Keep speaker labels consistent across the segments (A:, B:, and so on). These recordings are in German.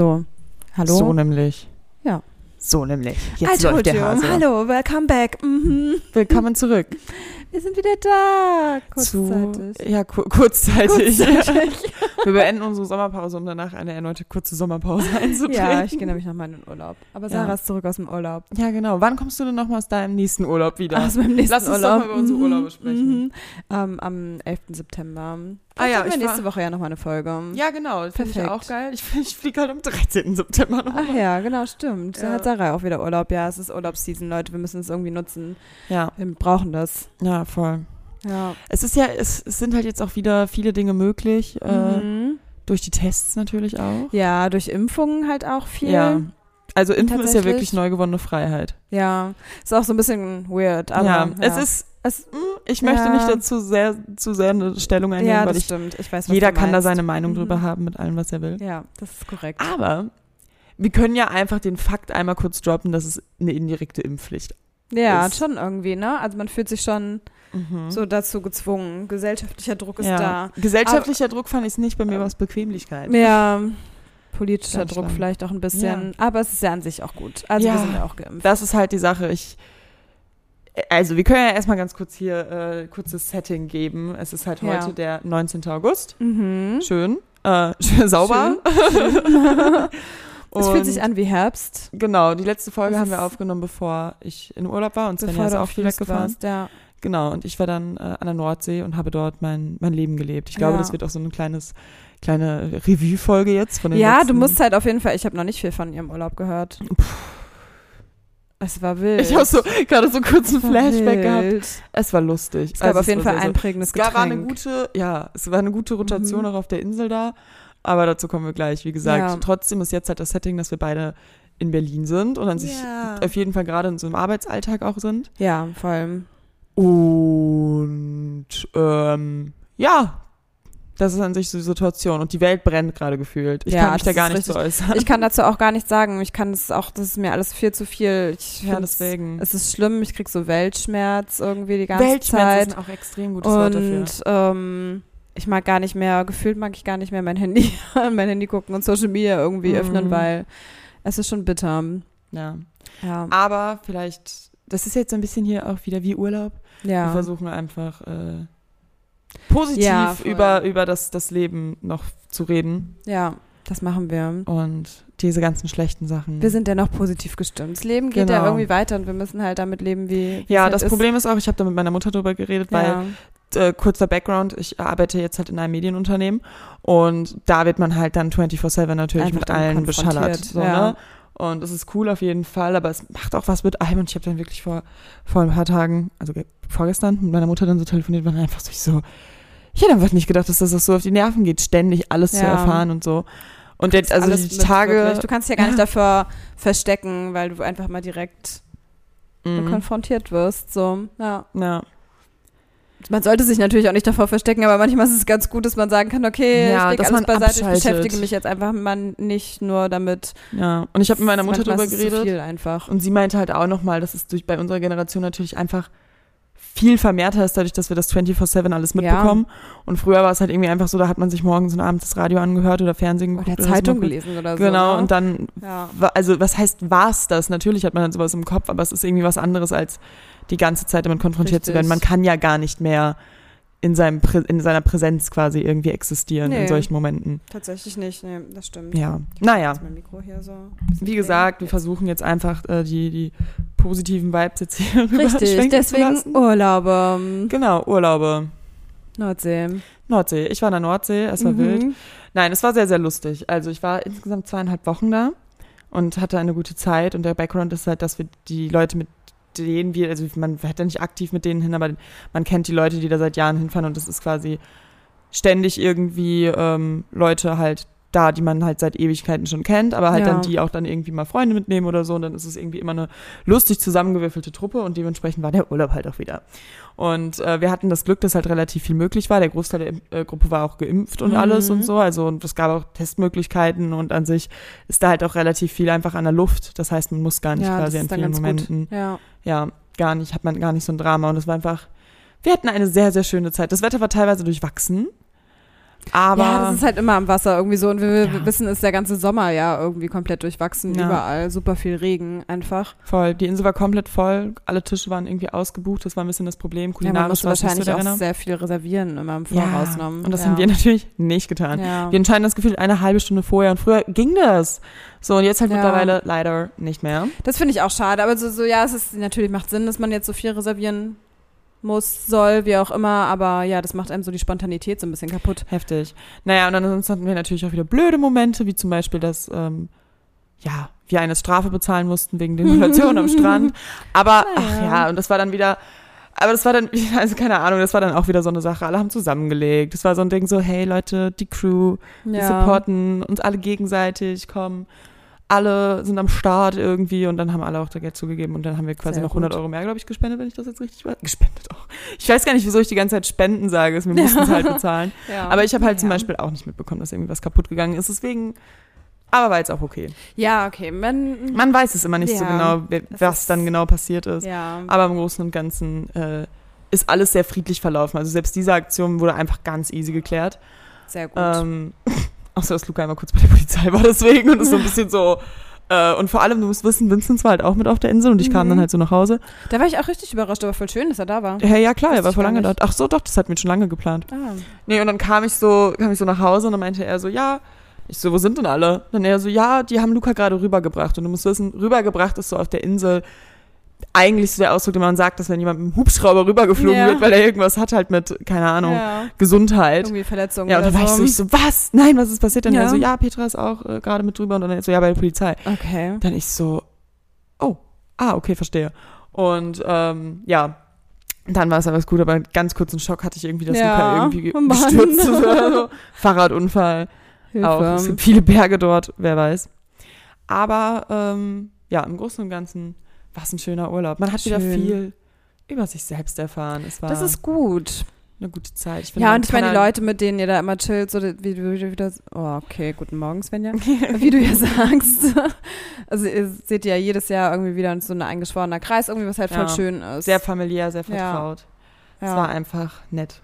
A: So, hallo?
B: So nämlich.
A: Ja.
B: So nämlich.
A: I
B: Jetzt
A: told
B: läuft der
A: you.
B: Hase.
A: Hallo, welcome back. Mhm.
B: Willkommen zurück.
A: Wir sind wieder da.
B: Zu,
A: Kurzzeitig.
B: ja, ku kurzzeitig.
A: Kurzzeitig.
B: Wir beenden unsere Sommerpause, um danach eine erneute kurze Sommerpause
A: ja,
B: einzutreten.
A: ich gehe nämlich nochmal in den Urlaub. Aber
B: Ja.
A: Sarah ist zurück aus dem Urlaub.
B: Ja, genau. Wann kommst du denn nochmal aus deinem nächsten Urlaub wieder?
A: Aus meinem nächsten
B: Lass uns doch
A: Urlaub.
B: mal über unsere Urlaube sprechen.
A: Mhm. Ähm, am 11. September. Vielleicht
B: Ah ja,
A: haben wir
B: ich
A: nächste Woche ja nochmal eine Folge.
B: ja, genau. Das Finde ich ja
A: Perfekt.
B: auch geil. Ich, ich fliege halt am 13. September noch.
A: Ach ja, genau, stimmt. Da
B: Ja.
A: hat Sarah auch wieder Urlaub. Ja, es ist Urlaubsseason, Leute. Wir müssen es irgendwie nutzen.
B: Ja,
A: Wir brauchen das.
B: ja, voll.
A: Ja.
B: Es ist ja, es, es sind halt jetzt auch wieder viele Dinge möglich. Äh,
A: Mhm.
B: durch die Tests natürlich auch.
A: Ja, durch Impfungen halt auch viel.
B: Ja. Also Impfen ist ja
A: Tatsächlich.
B: wirklich neu gewonnene Freiheit.
A: Ja, ist auch so ein bisschen weird, aber
B: ja, es ist,
A: Es-
B: mm, ich möchte
A: Ja.
B: nicht dazu sehr, zu sehr eine Stellung einnehmen,
A: ja,
B: weil
A: das
B: ich,
A: stimmt. Ich weiß, was
B: jeder
A: du
B: kann da
A: meinst.
B: seine Ah, Meinung
A: Mhm.
B: drüber haben mit allem, was er will.
A: Ja, das ist korrekt.
B: Aber wir können ja einfach den Fakt einmal kurz droppen, dass es eine indirekte Impfpflicht
A: ja,
B: ist-
A: schon irgendwie, ne? Also man fühlt sich schon
B: mhm.
A: so dazu gezwungen. Gesellschaftlicher Druck ist
B: ja.
A: da.
B: Gesellschaftlicher Druck fand ich es nicht, bei mir war es Bequemlichkeit.
A: Ja, politischer
B: Ganz
A: Druck
B: schlimm.
A: vielleicht auch ein bisschen. Aber es ist ja an sich auch gut. Also
B: Ja.
A: wir sind ja auch geimpft.
B: Das ist halt die Sache. Ich, also wir können ja erstmal ganz kurz hier äh, kurzes Setting geben. Es ist halt
A: Ja.
B: heute der 19. August.
A: Mhm.
B: Schön, äh, schön sauber.
A: es fühlt sich
B: Und-
A: an wie Herbst.
B: Genau, die letzte Folge
A: Das
B: haben wir
A: ist-
B: aufgenommen, bevor ich in Urlaub war und Svenja
A: Bevor
B: ist
A: du
B: auch
A: auf
B: viel
A: Jüst
B: weggefahren.
A: warst, ja.
B: Genau, und ich war dann äh, an der Nordsee und habe dort mein, mein Leben gelebt. Ich glaube,
A: Ja.
B: das wird auch so eine kleines, kleine Revue-Folge jetzt von den
A: ja,
B: letzten.
A: du musst halt auf jeden Fall. Ich habe noch nicht viel von ihrem Urlaub gehört. Es war wild.
B: Ich habe so gerade so einen kurzen Flashback gehabt.
A: gehabt.
B: Es war lustig.
A: Es gab
B: Also,
A: auf jeden
B: war
A: Fall
B: sehr,
A: ein
B: sehr-
A: prägendes
B: Es gab, war eine
A: Getränk.
B: gute, ja, es war eine gute Rotation
A: Mhm.
B: auch auf der Insel da. Aber dazu kommen wir gleich. Wie gesagt,
A: Ja.
B: trotzdem ist jetzt halt das Setting, dass wir beide in Berlin sind und an sich
A: Ja.
B: auf jeden Fall gerade in so einem Arbeitsalltag auch sind.
A: Ja, vor allem.
B: Und ähm, ja, das ist an sich so die Situation. Und die Welt brennt gerade gefühlt. Ich
A: Ja,
B: kann mich da
A: das
B: gar
A: ist
B: nicht zu äußern.
A: Ich kann dazu auch gar nichts sagen. Ich kann es auch, das ist mir alles viel zu viel. Ich
B: ja,
A: find's-
B: deswegen.
A: Es ist schlimm, ich krieg so Weltschmerz irgendwie die ganze
B: Weltschmerz
A: Zeit.
B: ist ein auch extrem gutes Wort dafür.
A: Und ähm, ich mag gar nicht mehr, gefühlt mag ich gar nicht mehr mein Handy, mein Handy gucken und Social Media irgendwie
B: Mhm.
A: öffnen, weil es ist schon bitter.
B: Ja. Ah,
A: Ja.
B: Aber vielleicht, das ist jetzt so ein bisschen hier auch wieder wie Urlaub. Wir
A: ja.
B: versuchen einfach äh, positiv
A: Ja, voll.
B: über, über das, das Leben noch zu reden
A: Ja, das machen wir.
B: und diese ganzen schlechten Sachen.
A: Wir sind dennoch positiv gestimmt. Das Leben geht ja
B: Genau.
A: irgendwie weiter und wir müssen halt damit leben, wie wie
B: ja,
A: es
B: das
A: halt
B: Problem ist auch, ich habe da mit meiner Mutter drüber geredet,
A: ist.
B: weil
A: ja.
B: äh, kurzer Background, ich arbeite jetzt halt in einem Medienunternehmen und da wird man halt dann 24-7 natürlich
A: Einfach
B: mit
A: damit
B: allen
A: konfrontiert,
B: beschallert. So,
A: ja.
B: ne? Und es ist cool auf jeden Fall, aber es macht auch was mit allem. Und ich habe dann wirklich vor, vor ein paar Tagen, also ge- vorgestern, mit meiner Mutter dann so telefoniert, war dann einfach so, ich so, ich hätte einfach nicht gedacht, dass das auch so auf die Nerven geht, ständig alles zu
A: Ja.
B: erfahren und so. Und jetzt, also
A: alles
B: die
A: mit, wirklich.
B: Tage.
A: Du kannst dich ja gar nicht dafür verstecken, weil du einfach mal direkt äh, Mhm.
B: Mh,
A: konfrontiert wirst. So. Ja.
B: Mhm, ja.
A: Man sollte sich natürlich auch nicht davor verstecken, aber manchmal ist es ganz gut, dass man sagen kann, okay,
B: Ja,
A: ich leg alles
B: dass man
A: beiseite, ich
B: abschaltet.
A: beschäftige mich jetzt einfach mal nicht nur damit.
B: ja. Und ich habe mit meiner Mutter
A: Manchmal
B: drüber
A: ist es
B: geredet.
A: Zu viel einfach.
B: Und sie meinte halt auch nochmal, dass es durch, bei unserer Generation natürlich einfach viel vermehrter ist, dadurch, dass wir das 24-7 alles
A: Ja.
B: mitbekommen. Und früher war es halt irgendwie einfach so, da hat man sich morgens und abends das Radio angehört oder Fernsehen geguckt.
A: Oder
B: das
A: Zeitung
B: mal-
A: gelesen oder so.
B: Genau,
A: ne?
B: und dann,
A: ja.
B: wa- also was heißt, war es das? Natürlich hat man dann sowas im Kopf, aber es ist irgendwie was anderes, als die ganze Zeit damit konfrontiert zu
A: Richtig.
B: werden. Man kann ja gar nicht mehr in, seinem Prä in seiner Präsenz quasi irgendwie existieren in
A: Nee.
B: solchen Momenten.
A: Tatsächlich nicht, nee, das stimmt.
B: Ja, naja.
A: Ist mein Mikro hier so.
B: Wie gesagt, wir versuchen jetzt einfach äh, die, die positiven Vibes jetzt hier rüber
A: Richtig,
B: schwenken zu
A: deswegen
B: lassen.
A: Urlaube.
B: Genau, Urlaube.
A: Nordsee.
B: Nordsee. Ich war in der Nordsee, es war
A: Mhm.
B: wild. Nein, es war sehr, sehr lustig. Also ich war insgesamt zweieinhalb Wochen da und hatte eine gute Zeit. Und der Background ist halt, dass wir die Leute mit denen wir, also man fährt ja nicht aktiv mit denen hin, aber man kennt die Leute, die da seit Jahren hinfahren und es ist quasi ständig irgendwie ähm, Leute halt da, die man halt seit Ewigkeiten schon kennt, aber halt
A: Ja.
B: dann die auch dann irgendwie mal Freunde mitnehmen oder so und dann ist es irgendwie immer eine lustig zusammengewürfelte Truppe und dementsprechend war der Urlaub halt auch wieder. Und äh, wir hatten das Glück, dass halt relativ viel möglich war. Der Großteil der Im- äh, Gruppe war auch geimpft und alles
A: Mhm.
B: und so. Also und es gab auch Testmöglichkeiten und an sich ist da halt auch relativ viel einfach an der Luft. Das heißt, man muss gar nicht
A: Ja, das
B: quasi in
A: ist dann
B: vielen
A: ganz
B: Momenten
A: gut. Ja.
B: ja, gar nicht, hat man gar nicht so ein Drama. Und es war einfach, wir hatten eine sehr, sehr schöne Zeit. Das Wetter war teilweise durchwachsen. Aber
A: ja, das ist halt immer am Wasser irgendwie so. Und wir, wir
B: Ja.
A: wissen, ist der ganze Sommer ja irgendwie komplett durchwachsen.
B: Ja.
A: Überall super viel Regen einfach.
B: voll. Die Insel war komplett voll. Alle Tische waren irgendwie ausgebucht. Das war ein bisschen das Problem.
A: Ja, man
B: Kulinarisch
A: muss
B: war es nicht so
A: wahrscheinlich
B: der
A: auch
B: Renner.
A: sehr viel reservieren immer im Voraus.
B: ja.
A: ne?
B: Und das
A: ja.
B: haben wir natürlich nicht getan.
A: Ja.
B: Wir entscheiden das Gefühl eine halbe Stunde vorher. Und früher ging das. So, und jetzt halt
A: Ja.
B: mittlerweile leider nicht mehr.
A: Das finde ich auch schade, aber so, so ja, es ist natürlich macht Sinn, dass man jetzt so viel reservieren muss, soll, wie auch immer, aber ja, das macht einem so die Spontanität so ein bisschen kaputt.
B: Heftig. Naja, und ansonsten hatten wir natürlich auch wieder blöde Momente, wie zum Beispiel, dass ähm, ja, wir eine Strafe bezahlen mussten wegen Demonstration am Strand. Aber, ach ja, und das war dann wieder, aber das war dann, also keine Ahnung, das war dann auch wieder so eine Sache. Alle haben zusammengelegt. Das war so ein Ding so, hey Leute, die Crew, wir
A: Ja.
B: supporten uns alle gegenseitig, komm. Alle sind am Start irgendwie und dann haben alle auch da Geld zugegeben und dann haben wir quasi
A: Sehr
B: noch 100
A: gut.
B: Euro mehr, glaube ich, gespendet, wenn ich das jetzt richtig weiß. Gespendet auch. Ich weiß gar nicht, wieso ich die ganze Zeit Spenden sage. Es- Wir mussten es halt bezahlen.
A: Ja.
B: Aber ich habe halt zum
A: Ja.
B: Beispiel auch nicht mitbekommen, dass irgendwie was kaputt gegangen ist. Deswegen, aber war jetzt auch okay.
A: Ja, okay. Man,
B: Man weiß es immer nicht so
A: Ja.
B: genau, wer-
A: Das
B: was
A: ist-
B: dann genau passiert ist.
A: ja.
B: Aber im Großen und Ganzen äh, ist alles sehr friedlich verlaufen. Also selbst diese Aktion wurde einfach ganz easy geklärt.
A: Sehr gut.
B: Ähm, außer dass Luca einmal kurz bei der Polizei war deswegen und es so ein bisschen so. Äh, und vor allem, du musst wissen, Vinzenz war halt auch mit auf der Insel und ich kam
A: Mhm.
B: dann halt so nach Hause.
A: da war ich auch richtig überrascht, aber voll schön, dass er da war.
B: Hey, ja klar,
A: Wusste
B: er war
A: ich
B: vor
A: gar
B: lange
A: nicht.
B: dort. Ach so, doch, das hatten wir schon lange geplant.
A: Ah.
B: Nee, und dann kam ich so, kam ich so nach Hause und dann meinte er so, ja. Ich so, wo sind denn alle? Dann er so, ja, die haben Luca gerade rübergebracht. Und du musst wissen, rübergebracht ist so auf der Insel eigentlich so der Ausdruck, den man sagt, dass wenn jemand mit dem Hubschrauber rübergeflogen
A: Ja.
B: wird, weil er irgendwas hat halt mit, keine Ahnung,
A: Ja.
B: Gesundheit.
A: Irgendwie Verletzungen.
B: Ja, und dann
A: oder
B: war ich so, ich so, was? Nein, was ist passiert? Dann
A: Ja.
B: er so, ja, Petra ist auch äh, gerade mit drüber. Und dann er so, ja, bei der Polizei.
A: Okay.
B: Dann ich so, oh, ah, okay, verstehe. Und ähm, ja, dann war es alles gut, aber einen ganz kurzen Schock hatte ich irgendwie, dass
A: Ja,
B: Luca irgendwie
A: oh Mann.
B: gestürzt ist oder so. Fahrradunfall.
A: Hilfe.
B: Auch. Es gibt viele Berge dort, wer weiß. Aber ähm, ja, im Großen und Ganzen war es ein schöner Urlaub. Man hat wieder
A: Schön.
B: viel über sich selbst erfahren. Es war
A: das ist gut.
B: eine gute Zeit. Ich finde,
A: Ja,
B: man
A: und ich meine,
B: kann
A: die
B: einen-
A: Leute, mit denen ihr da immer chillt, so die- wie du wie du das. Oh, okay, guten Morgen, Svenja. wie du ja sagst. Also, ihr seht ja jedes Jahr irgendwie wieder in so ein eingeschworener Kreis, irgendwie, was halt voll
B: Ja.
A: schön ist.
B: Sehr familiär, sehr
A: Ja.
B: vertraut. Es war
A: ja.
B: einfach nett.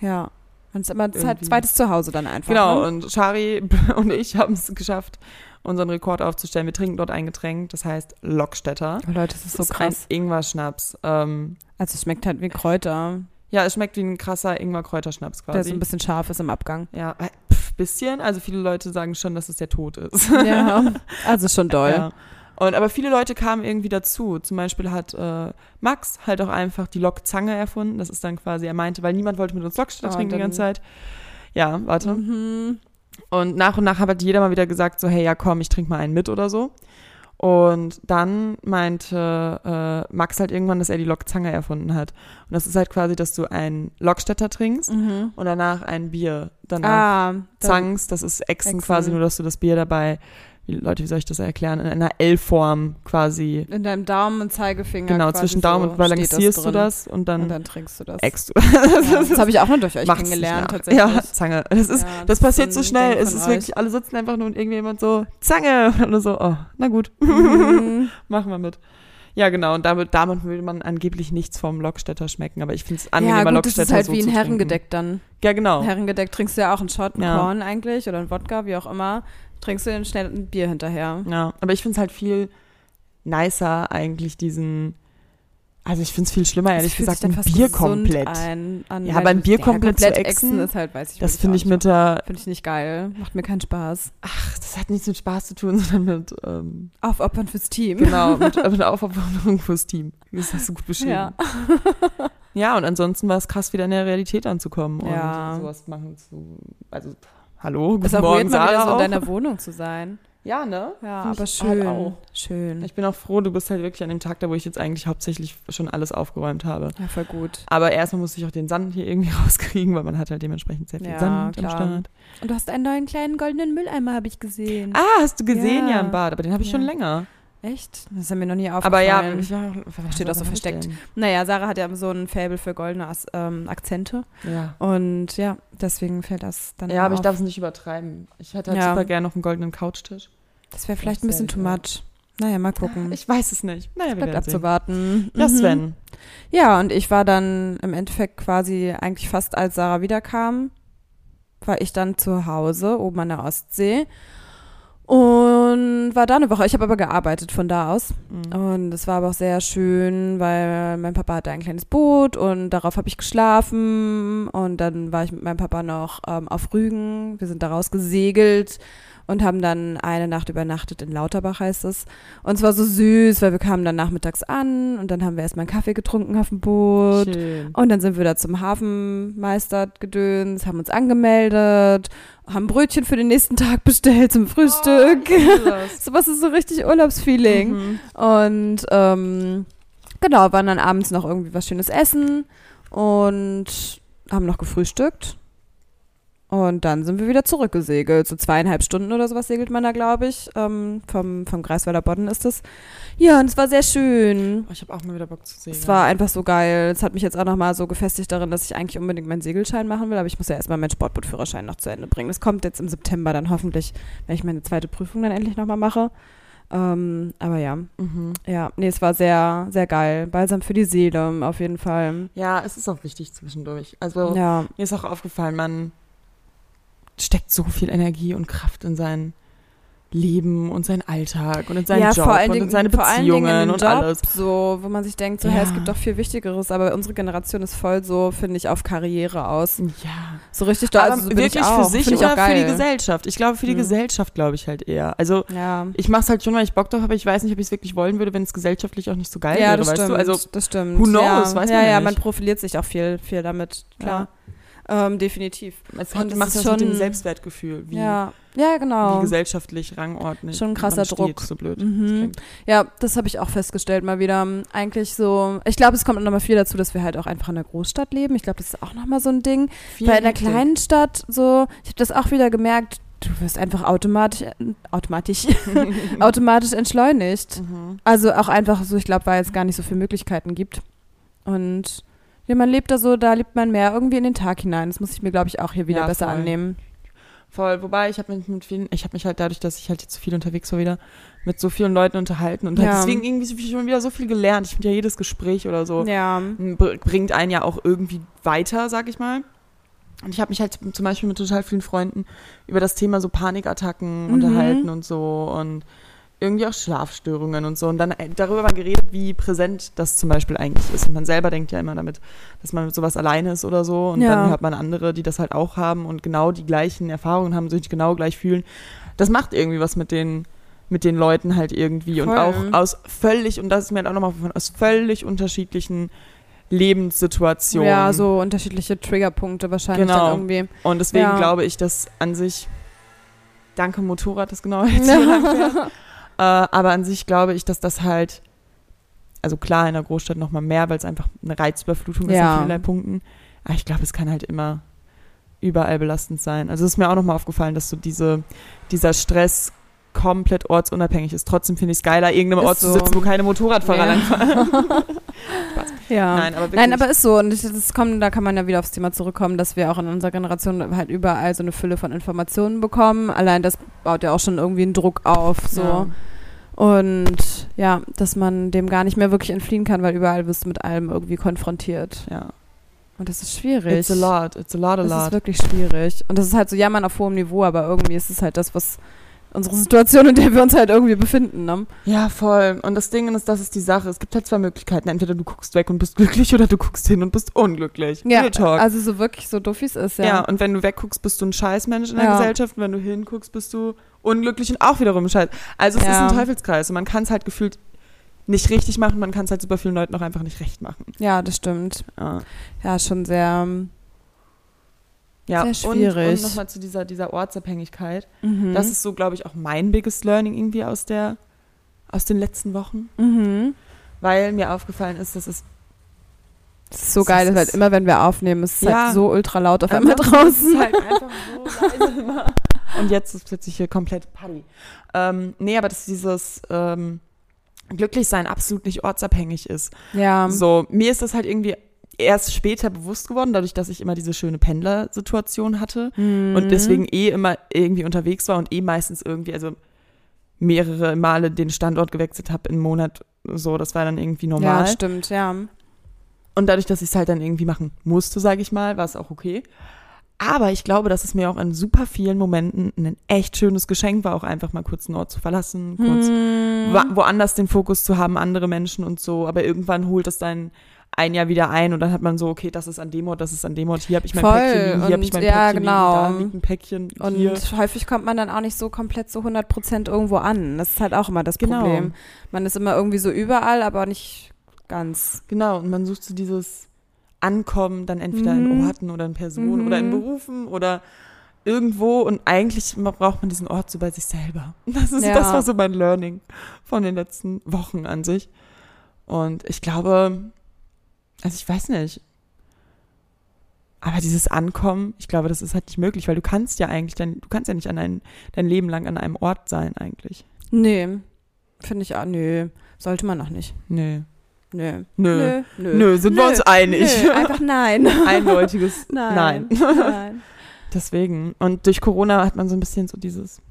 A: ja. Und es ist immer Zeit,
B: Irgendwie.
A: zweites Zuhause dann einfach.
B: Genau,
A: Ne?
B: und Shari und ich haben es geschafft, unseren Rekord aufzustellen. Wir trinken dort ein Getränk, das heißt Lockstädter.
A: Oh, Leute, das ist so
B: Das ist
A: krass.
B: Ein Ingwer-Schnaps. Ähm,
A: Also, es schmeckt halt wie Kräuter,
B: ja, es schmeckt wie ein krasser Ingwer-Kräuterschnaps
A: der so ein
B: quasi.
A: bisschen scharf ist im Abgang.
B: Ja, äh, pf, bisschen. Also viele Leute sagen schon, dass es der Tod ist.
A: Ja, also schon doll.
B: Ja. Und aber viele Leute kamen irgendwie dazu. Zum Beispiel hat äh, Max halt auch einfach die Lokzange erfunden. Das ist dann quasi, er meinte, weil niemand wollte mit uns Lokstädter
A: Ah, und
B: trinken die
A: dann-
B: ganze Zeit. Ja, warte.
A: Mhm.
B: Und nach und nach hat halt jeder mal wieder gesagt, so, hey, ja komm, ich trinke mal einen mit oder so. Und dann meinte äh, Max halt irgendwann, dass er die Lokzange erfunden hat. Und das ist halt quasi, dass du einen Lokstädter trinkst
A: Mhm.
B: und danach ein Bier. Danach
A: Ah, dann,
B: Zangs, das ist Echsen,
A: Echsen.
B: quasi, nur dass du das Bier dabei, wie, Leute, wie soll ich das erklären, in einer L-Form quasi.
A: in deinem Daumen und Zeigefinger.
B: genau,
A: quasi
B: zwischen
A: so
B: Daumen und
A: steht
B: balancierst du
A: drin.
B: das und dann,
A: Und dann trinkst du das.
B: eckst du.
A: Ja, das habe ich auch nur durch euch
B: Macht's
A: kennengelernt,
B: nicht
A: tatsächlich.
B: nach. Ja, Zange. Das ist,
A: Ja,
B: das,
A: das ist
B: passiert
A: so
B: so
A: ein
B: schnell.
A: Ding
B: Es
A: von
B: ist
A: euch.
B: wirklich, alle sitzen einfach nur und irgendjemand so, Zange! Oder so, oh, na gut,
A: Mhm.
B: machen wir mit. Ja, genau, und damit, damit würde man angeblich nichts vom Lokstädter schmecken, aber ich finde es angenehmer,
A: ja, gut, das
B: Lokstädter
A: ist halt
B: so
A: wie ein
B: zu trinken.
A: Herrengedeck dann.
B: Ja, genau.
A: Herrengedeck trinkst du ja auch einen Shot, einen
B: Ja.
A: Korn eigentlich oder einen Wodka, wie auch immer. Trinkst du dann schnell ein Bier hinterher.
B: Ja, aber ich finde es halt viel nicer eigentlich diesen, also ich finde es viel schlimmer, ehrlich
A: fühlt sich
B: gesagt,
A: dann
B: ein
A: fast
B: Bier
A: gesund
B: komplett.
A: Ein, an,
B: Ja,
A: wenn
B: aber ein
A: du-
B: Bier komplett zu exen,
A: ist halt, weiß ich
B: Das
A: würd
B: finde
A: auch
B: ich
A: nicht
B: mit der,
A: machen. Finde ich nicht geil. Macht mir keinen Spaß.
B: ach, das hat nichts mit Spaß zu tun, sondern mit, ähm,
A: Aufopfern fürs Team.
B: Genau, mit, mit der Aufopferung fürs Team. Das hast du gut beschrieben.
A: Ja.
B: Ja, und ansonsten war es krass, wieder in der Realität anzukommen
A: Ja.
B: und sowas machen zu. Also, hallo, guten
A: Ist auch weird,
B: Morgen,
A: mal wieder
B: Sarah.
A: so in
B: auch.
A: deiner Wohnung zu sein.
B: ja, ne?
A: Ja,
B: Find ich
A: aber
B: halt
A: schön.
B: auch.
A: schön.
B: Ich bin auch froh, du bist halt wirklich an dem Tag da, wo ich jetzt eigentlich hauptsächlich schon alles aufgeräumt habe.
A: Ja, voll gut.
B: Aber erstmal musste ich auch den Sand hier irgendwie rauskriegen, weil man hat halt dementsprechend sehr viel
A: Ja,
B: Sand
A: klar.
B: am Start.
A: Und du hast einen neuen kleinen goldenen Mülleimer, habe ich gesehen.
B: Ah, hast du gesehen ja,
A: Ja.
B: im Bad, aber den habe ich
A: Ja.
B: schon länger.
A: Echt? Das ist mir noch nie
B: Aber
A: aufgefallen.
B: ja, ich war auch,
A: Steht auch so
B: was hab ich
A: versteckt.
B: denn?
A: Naja, Sarah hat ja so ein Faible für goldene As ähm, Akzente.
B: Ja.
A: Und ja, deswegen fällt das dann
B: Ja, aber
A: auf.
B: ich darf es nicht übertreiben. Ich hätte halt
A: Ja.
B: super gerne noch einen goldenen Couchtisch.
A: Das wäre vielleicht ein bisschen too much. Naja, mal gucken.
B: Ich weiß es nicht. Naja, wir
A: Bleibt
B: werden sehen.
A: abzuwarten.
B: Ja,
A: Mhm.
B: Sven.
A: Ja, und ich war dann im Endeffekt quasi eigentlich fast, als Sarah wiederkam, war ich dann zu Hause oben an der Ostsee und war da eine Woche. Ich habe aber gearbeitet von da aus.
B: Mhm.
A: Und es war aber auch sehr schön, weil mein Papa hatte ein kleines Boot und darauf habe ich geschlafen. Und dann war ich mit meinem Papa noch ähm, auf Rügen. Wir sind daraus gesegelt und haben dann eine Nacht übernachtet in Lauterbach heißt es. Und es war so süß, weil wir kamen dann nachmittags an und dann haben wir erstmal einen Kaffee getrunken auf dem Boot.
B: Schön.
A: Und dann sind wir da zum Hafenmeister gedöns, haben uns angemeldet, haben Brötchen für den nächsten Tag bestellt zum
B: Oh,
A: Frühstück. Sowas ist so richtig Urlaubsfeeling.
B: Mhm.
A: Und ähm, genau, waren dann abends noch irgendwie was Schönes essen und haben noch gefrühstückt. Und dann sind wir wieder zurückgesegelt. So zweieinhalb Stunden oder sowas segelt man da, glaube ich. Ähm, vom, vom Greifswalder Bodden ist es. Ja, und es war sehr schön.
B: Oh, ich habe auch mal wieder Bock zu sehen.
A: Es war einfach so geil. Es hat mich jetzt auch nochmal so gefestigt darin, dass ich eigentlich unbedingt meinen Segelschein machen will. Aber ich muss ja erstmal meinen Sportbootführerschein noch zu Ende bringen. Das kommt jetzt im September dann hoffentlich, wenn ich meine zweite Prüfung dann endlich nochmal mache. Ähm, aber ja,
B: Mhm.
A: ja, nee, es war sehr, sehr geil. Balsam für die Seele, auf jeden Fall.
B: Ja, es ist auch wichtig zwischendurch. Also
A: Ja,
B: mir ist auch aufgefallen, man steckt so viel Energie und Kraft in sein Leben und seinen Alltag und in seinen
A: ja
B: Job und in seine
A: vor allen Dingen in
B: Beziehungen
A: den
B: und
A: Job,
B: alles.
A: So, wo man sich denkt, so, hä, es
B: Ja.
A: gibt doch viel Wichtigeres, aber unsere Generation ist voll so, finde ich, auf Karriere aus.
B: Ja.
A: So richtig doll, also so bin
B: wirklich
A: ich auch.
B: für sich
A: Find ich
B: oder
A: auch geil.
B: für die Gesellschaft. Ich glaube, für die
A: Mhm.
B: Gesellschaft glaube ich halt eher. Also
A: Ja,
B: ich mache es halt schon, weil ich Bock drauf habe. Ich weiß nicht, ob ich es wirklich wollen würde, wenn es gesellschaftlich auch nicht so geil
A: ja
B: wäre,
A: das,
B: weißt
A: stimmt,
B: du? Also
A: das stimmt.
B: who knows,
A: ja.
B: weiß man
A: ja,
B: ja
A: ja,
B: nicht.
A: man profiliert sich auch viel, viel damit, klar. Ähm, definitiv.
B: es
A: Und
B: hat,
A: es
B: macht
A: ist
B: das mit dem
A: schon-
B: Selbstwertgefühl, wie,
A: Ja, ja,
B: wie
A: genau.
B: gesellschaftlich rangordnet.
A: Schon ein krasser
B: man steht,
A: Druck.
B: So blöd.
A: Mhm.
B: das klingt.
A: Ja, das habe ich auch festgestellt mal wieder. Eigentlich so, ich glaube, es kommt nochmal viel dazu, dass wir halt auch einfach in der Großstadt leben. Ich glaube, das ist auch nochmal so ein Ding.
B: Viel
A: Weil in der
B: Hektik.
A: kleinen Stadt so, ich habe das auch wieder gemerkt, du wirst einfach automatisch, äh, automatisch, automatisch entschleunigt.
B: Mhm.
A: Also auch einfach so, ich glaube, weil es gar nicht so viele Möglichkeiten gibt. Und ja, man lebt da so, da lebt man mehr irgendwie in den Tag hinein. Das muss ich mir, glaube ich, auch hier wieder
B: Ja,
A: besser
B: voll.
A: annehmen.
B: Voll, wobei ich habe mich mit vielen, ich habe mich halt dadurch, dass ich halt jetzt so viel unterwegs war wieder, mit so vielen Leuten unterhalten und halt
A: Ja.
B: deswegen irgendwie so viel- schon wieder so viel gelernt. Ich finde ja jedes Gespräch oder so
A: Ja.
B: br- bringt einen ja auch irgendwie weiter, sag ich mal. Und ich habe mich halt zum Beispiel mit total vielen Freunden über das Thema so Panikattacken
A: Mhm.
B: unterhalten und so und irgendwie auch Schlafstörungen und so. Und dann äh, darüber mal geredet, wie präsent das zum Beispiel eigentlich ist. Und man selber denkt ja immer damit, dass man mit sowas alleine ist oder so. Und
A: Ja.
B: dann hört man andere, die das halt auch haben und genau die gleichen Erfahrungen haben, sich genau gleich fühlen. Das macht irgendwie was mit den, mit den Leuten halt irgendwie. Und
A: Voll.
B: auch aus völlig, und das ist mir halt auch nochmal von aus völlig unterschiedlichen Lebenssituationen.
A: Ja, so unterschiedliche Triggerpunkte wahrscheinlich
B: Genau.
A: dann irgendwie.
B: Und deswegen
A: Ja.
B: glaube ich, dass an sich, danke Motorrad, das genau jetzt hier lang fährt. äh, aber an sich glaube ich, dass das halt, also klar in der Großstadt nochmal mehr, weil es einfach eine Reizüberflutung ist
A: Ja.
B: an vielerlei Punkten. Aber ich glaube, es kann halt immer überall belastend sein. Also es ist mir auch nochmal aufgefallen, dass so diese, dieser Stress komplett ortsunabhängig ist. Trotzdem finde ich es geiler, irgendeinem
A: Ist
B: Ort zu
A: so.
B: sitzen, wo keine Motorradfahrer
A: Ja.
B: langfahren.
A: Ja.
B: Nein, aber wirklich.
A: Nein, aber ist so. Und ich, das kommt, da kann man ja wieder aufs Thema zurückkommen, dass wir auch in unserer Generation halt überall so eine Fülle von Informationen bekommen. Allein das baut ja auch schon irgendwie einen Druck auf. So.
B: Ja.
A: Und ja, dass man dem gar nicht mehr wirklich entfliehen kann, weil überall wirst du mit allem irgendwie konfrontiert.
B: ja.
A: Und das ist schwierig.
B: It's a lot, it's a lot, a
A: Das
B: lot.
A: ist wirklich schwierig. Und das ist halt so jammern auf hohem Niveau, aber irgendwie ist es halt das, was unsere Situation, in der wir uns halt irgendwie befinden. Ne?
B: Ja, voll. Und das Ding ist, das ist die Sache. Es gibt halt zwei Möglichkeiten. Entweder du guckst weg und bist glücklich oder du guckst hin und bist unglücklich. Real Talk.
A: also so wirklich so doof wie es ist,
B: ja.
A: ja.
B: und wenn du wegguckst, bist du ein Scheißmensch in der
A: Ja.
B: Gesellschaft. Und wenn du hinguckst, bist du unglücklich und auch wiederum ein Scheiß. Also es
A: Ja.
B: ist ein Teufelskreis. Und man kann es halt gefühlt nicht richtig machen. Man kann es halt super vielen Leuten auch einfach nicht recht machen.
A: ja, das stimmt.
B: Ja,
A: Ja, schon sehr. ähm,
B: ja.
A: Sehr
B: Und,
A: schwierig.
B: und nochmal zu dieser, dieser Ortsabhängigkeit.
A: Mhm.
B: Das ist so, glaube ich, auch mein biggest learning irgendwie aus, der, aus den letzten Wochen.
A: Mhm.
B: Weil mir aufgefallen ist, dass es
A: Das ist so
B: Das
A: geil, das
B: ist-
A: ist ne? halt immer, wenn wir aufnehmen, ist es
B: Ja.
A: halt so ultra laut auf einmal
B: Einfach
A: draußen.
B: ist Halt einfach so leise immer. Und jetzt ist plötzlich hier komplett Party. Ähm, nee, aber dass dieses ähm, Glücklichsein absolut nicht ortsabhängig ist.
A: Ja.
B: So, mir ist das halt irgendwie erst später bewusst geworden, dadurch, dass ich immer diese schöne Pendlersituation hatte
A: Mhm.
B: und deswegen eh immer irgendwie unterwegs war und eh meistens irgendwie, also mehrere Male den Standort gewechselt habe im Monat. So, das war dann irgendwie normal.
A: Ja, stimmt, ja.
B: Und dadurch, dass ich es halt dann irgendwie machen musste, sage ich mal, war es auch okay. Aber ich glaube, dass es mir auch in super vielen Momenten ein echt schönes Geschenk war, auch einfach mal kurz einen Ort zu verlassen, kurz Oh
A: Mhm.
B: wa- woanders den Fokus zu haben, andere Menschen und so. Aber irgendwann holt es dann ein Jahr wieder ein und dann hat man so, okay, das ist an dem Ort, das ist an dem Ort, hier habe ich mein
A: Voll,
B: Päckchen, liegen, hier habe ich
A: und-
B: mein
A: ja,
B: Päckchen, liegen, da
A: genau.
B: liegt ein Päckchen,
A: Und
B: hier.
A: häufig kommt man dann auch nicht so komplett so 100% irgendwo an. Das ist halt auch immer das
B: Genau.
A: Problem. Man ist immer irgendwie so überall, aber nicht ganz.
B: Genau, und man sucht so dieses Ankommen dann entweder in
A: Mhm.
B: Orten oder in Personen oder in
A: Mhm.
B: Berufen oder irgendwo und eigentlich ma- braucht man diesen Ort so bei sich selber. Das, ist,
A: Ja.
B: das war so mein Learning von den letzten Wochen an sich. Und ich glaube, also ich weiß nicht, aber dieses Ankommen, ich glaube, das ist halt nicht möglich, weil du kannst ja eigentlich, dein, du kannst ja nicht an ein, dein Leben lang an einem Ort sein eigentlich.
A: Nee, finde ich auch, nö, sollte man noch nicht.
B: Nö.
A: Nö.
B: Nö.
A: Nö, nö.
B: Nö, sind wir
A: Nö.
B: uns einig.
A: Nö, einfach nein.
B: Eindeutiges
A: Nein.
B: Nein.
A: nein.
B: Deswegen. Und durch Corona hat man so ein bisschen so dieses,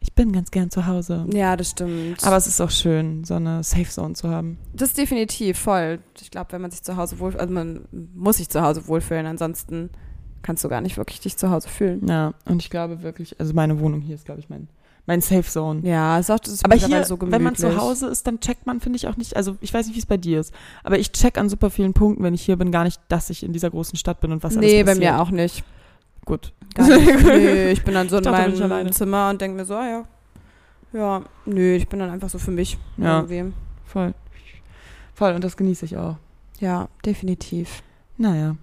B: ich bin ganz gern zu Hause.
A: Ja, das stimmt.
B: Aber es ist auch schön, so eine Safe Zone zu haben.
A: Das ist definitiv voll. Ich glaube, wenn man sich zu Hause wohlfühlt, also man muss sich zu Hause wohlfühlen, ansonsten kannst du gar nicht wirklich dich zu Hause fühlen.
B: Ja, und ich glaube wirklich, also meine Wohnung hier ist, glaube ich, mein, mein Safe Zone.
A: Ja, ist auch das ist
B: Mhm. Aber
A: mittlerweile
B: hier,
A: so gemütlich.
B: wenn man zu Hause ist, dann checkt man, finde ich, auch nicht, also ich weiß nicht, wie es bei dir ist, aber ich check an super vielen Punkten, wenn ich hier bin, gar nicht, dass ich in dieser großen Stadt bin und was alles
A: nee,
B: passiert.
A: bei mir auch nicht.
B: Gut.
A: Gar nicht. Nee, ich bin dann so in
B: Ich dachte, du bist
A: meinem
B: alleine.
A: Zimmer und denke mir so, ah ja. Ja, nö, ich bin dann einfach so für mich.
B: Ja,
A: Irgendwie.
B: voll. Voll, und das genieße ich auch.
A: Ja, definitiv.
B: Naja.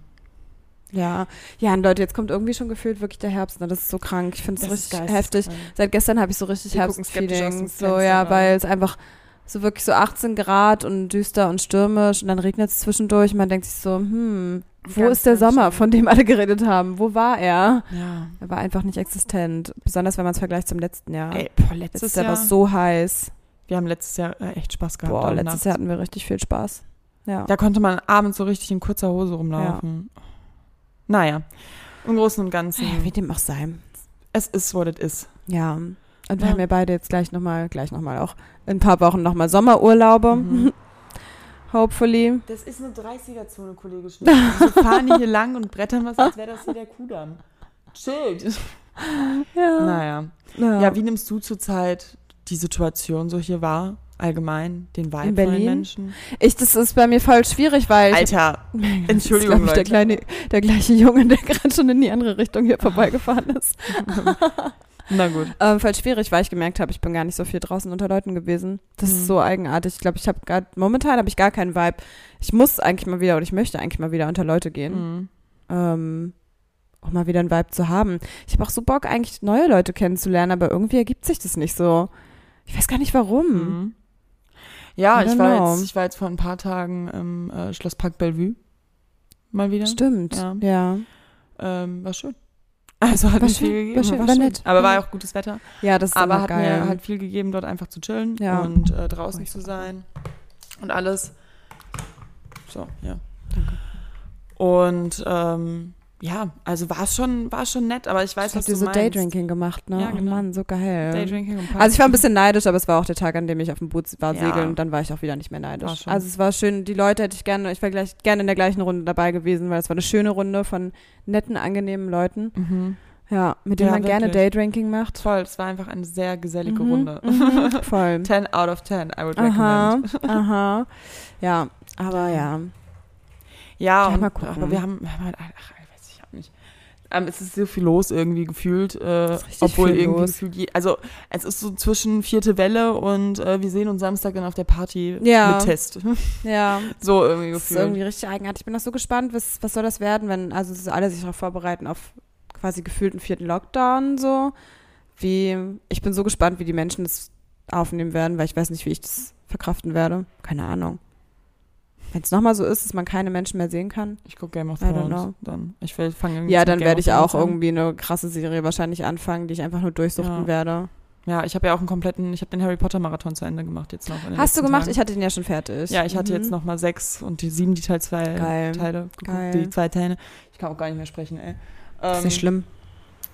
A: Ja. Ja, und Leute, jetzt kommt irgendwie schon gefühlt wirklich der Herbst. Ne? Das ist so krank. Ich finde es richtig heftig.
B: geisteskrank.
A: Seit gestern habe ich so richtig
B: Wir gucken skeptisch aus
A: Herbstfeeling.
B: dem
A: So,
B: Fenster ne?
A: ja,
B: gerade.
A: weil es einfach so wirklich so 18 Grad und düster und stürmisch und dann regnet es zwischendurch und man denkt sich so, hm, wo
B: Ganz,
A: ist der
B: ganz
A: Sommer,
B: schlimm.
A: von dem alle geredet haben? Wo war er?
B: Ja.
A: Er war einfach nicht existent. Besonders wenn man es vergleicht zum letzten Jahr.
B: Ey, boah,
A: Letztes
B: letztes
A: Jahr
B: Jahr.
A: war es so heiß.
B: Wir haben letztes Jahr äh, echt Spaß gehabt.
A: Boah,
B: am
A: letztes
B: Nachts.
A: Jahr hatten wir richtig viel Spaß. Ja.
B: Da konnte man abends so richtig in kurzer Hose rumlaufen. Naja, im Großen und Ganzen.
A: Naja, wie dem auch sein.
B: es ist, what it is.
A: Ja. Und wir
B: Ja.
A: haben ja beide jetzt gleich nochmal, gleich nochmal auch in ein paar Wochen nochmal Sommerurlaube.
B: Mhm.
A: Hopefully.
B: Das ist eine 30er-Zone, Kollege Schmidt. Wir fahren hier lang und brettern was, als wäre das hier der Kudamm. Chillt.
A: Ja.
B: Naja. Ja. wie nimmst du zurzeit die Situation so hier wahr? Allgemein, den Vibe
A: In
B: von den
A: Berlin?
B: Menschen?
A: Ich, das ist bei mir voll schwierig, weil ich,
B: Alter,
A: das ist,
B: Entschuldigung,
A: glaub ich, der
B: Leute.
A: kleine, der gleiche Junge, der gerade schon in die andere Richtung hier vorbeigefahren ist.
B: na gut.
A: Ähm, voll schwierig, weil ich gemerkt habe, ich bin gar nicht so viel draußen unter Leuten gewesen. Das ist
B: Mhm.
A: so eigenartig. Ich glaube, ich habe gerade momentan habe ich gar keinen Vibe. Ich muss eigentlich mal wieder oder ich möchte eigentlich mal wieder unter Leute gehen,
B: Mhm.
A: ähm, um mal wieder einen Vibe zu haben. Ich habe auch so Bock, eigentlich neue Leute kennenzulernen, aber irgendwie ergibt sich das nicht so. Ich weiß gar nicht warum.
B: Mhm. Ja,
A: I don't
B: ich war,
A: know.
B: jetzt, ich war jetzt vor ein paar Tagen im äh, Schlosspark Bellevue. Mal wieder.
A: Stimmt.
B: Ja.
A: ja.
B: Ähm, war schön. Also hat
A: War
B: mir
A: schön,
B: viel gegeben.
A: war schön, war nett.
B: Aber
A: Ja.
B: war auch gutes Wetter.
A: Ja, das ist
B: Aber
A: immer
B: hat
A: geil.
B: mir halt viel gegeben, dort einfach zu chillen
A: Ja.
B: und äh, draußen
A: Oh, ich
B: zu
A: weiß
B: sein und alles. So, ja. Und ähm, ja, also war es schon, war schon nett, aber ich weiß,
A: Habt
B: was du
A: ihr so
B: meinst.
A: Daydrinking gemacht, ne?
B: Ja,
A: Oh
B: genau.
A: Mann, so geil.
B: Daydrinking und
A: Also ich war ein bisschen neidisch, aber es war auch der Tag, an dem ich auf dem Boot war
B: Ja.
A: segeln und dann war ich auch wieder nicht mehr
B: War
A: neidisch.
B: schon.
A: Also es war schön, die Leute hätte ich gerne, ich wäre gleich gerne in der gleichen Runde dabei gewesen, weil es war eine schöne Runde von netten, angenehmen Leuten,
B: Mhm.
A: ja, mit denen
B: Ja,
A: man gerne
B: wirklich.
A: Daydrinking macht.
B: Toll, es war einfach eine sehr gesellige
A: Mhm,
B: Runde.
A: mhm, voll.
B: 10 out of 10, I would
A: Aha,
B: recommend.
A: aha. Ja, aber ja.
B: Ja,
A: Ja,
B: und,
A: mal gucken.
B: aber wir haben, wir haben halt, ach, ich weiß ich hab nicht. Ähm, es ist so viel los irgendwie gefühlt, äh,
A: ist richtig
B: obwohl
A: viel
B: irgendwie
A: los.
B: gefühlt, je, also es ist so zwischen vierte Welle und äh, wir sehen uns Samstag dann auf der Party
A: Ja.
B: mit Test.
A: Ja,
B: so irgendwie
A: das ist
B: gefühlt.
A: irgendwie richtig eigenartig. Ich bin auch so gespannt, was, was soll das werden, wenn also so alle sich darauf vorbereiten auf quasi gefühlten vierten Lockdown so. Wie ich bin so gespannt, wie die Menschen das aufnehmen werden, weil ich weiß nicht, wie ich das verkraften werde. Keine Ahnung. Wenn es nochmal so ist, dass man keine Menschen mehr sehen kann,
B: ich gucke Game of
A: I don't
B: Thrones
A: know.
B: dann. Ich will fangen irgendwie
A: ja,
B: jetzt mit
A: dann
B: Game
A: werde
B: of
A: ich auch
B: Thrones an.
A: irgendwie eine krasse Serie wahrscheinlich anfangen, die ich einfach nur durchsuchten
B: Ja.
A: werde.
B: Ja, ich habe ja auch einen kompletten, ich habe den Harry Potter Marathon zu Ende gemacht jetzt noch. in den
A: Hast du
B: letzten
A: gemacht?
B: Tagen.
A: Ich hatte den ja schon fertig.
B: ja, ich hatte
A: Mhm.
B: jetzt noch mal sechs und die sieben, die Teil zwei
A: Geil.
B: Teile geguckt,
A: Geil.
B: die zwei Teile. Ich kann auch gar nicht mehr sprechen, ey.
A: Das ist
B: Ähm,
A: nicht schlimm.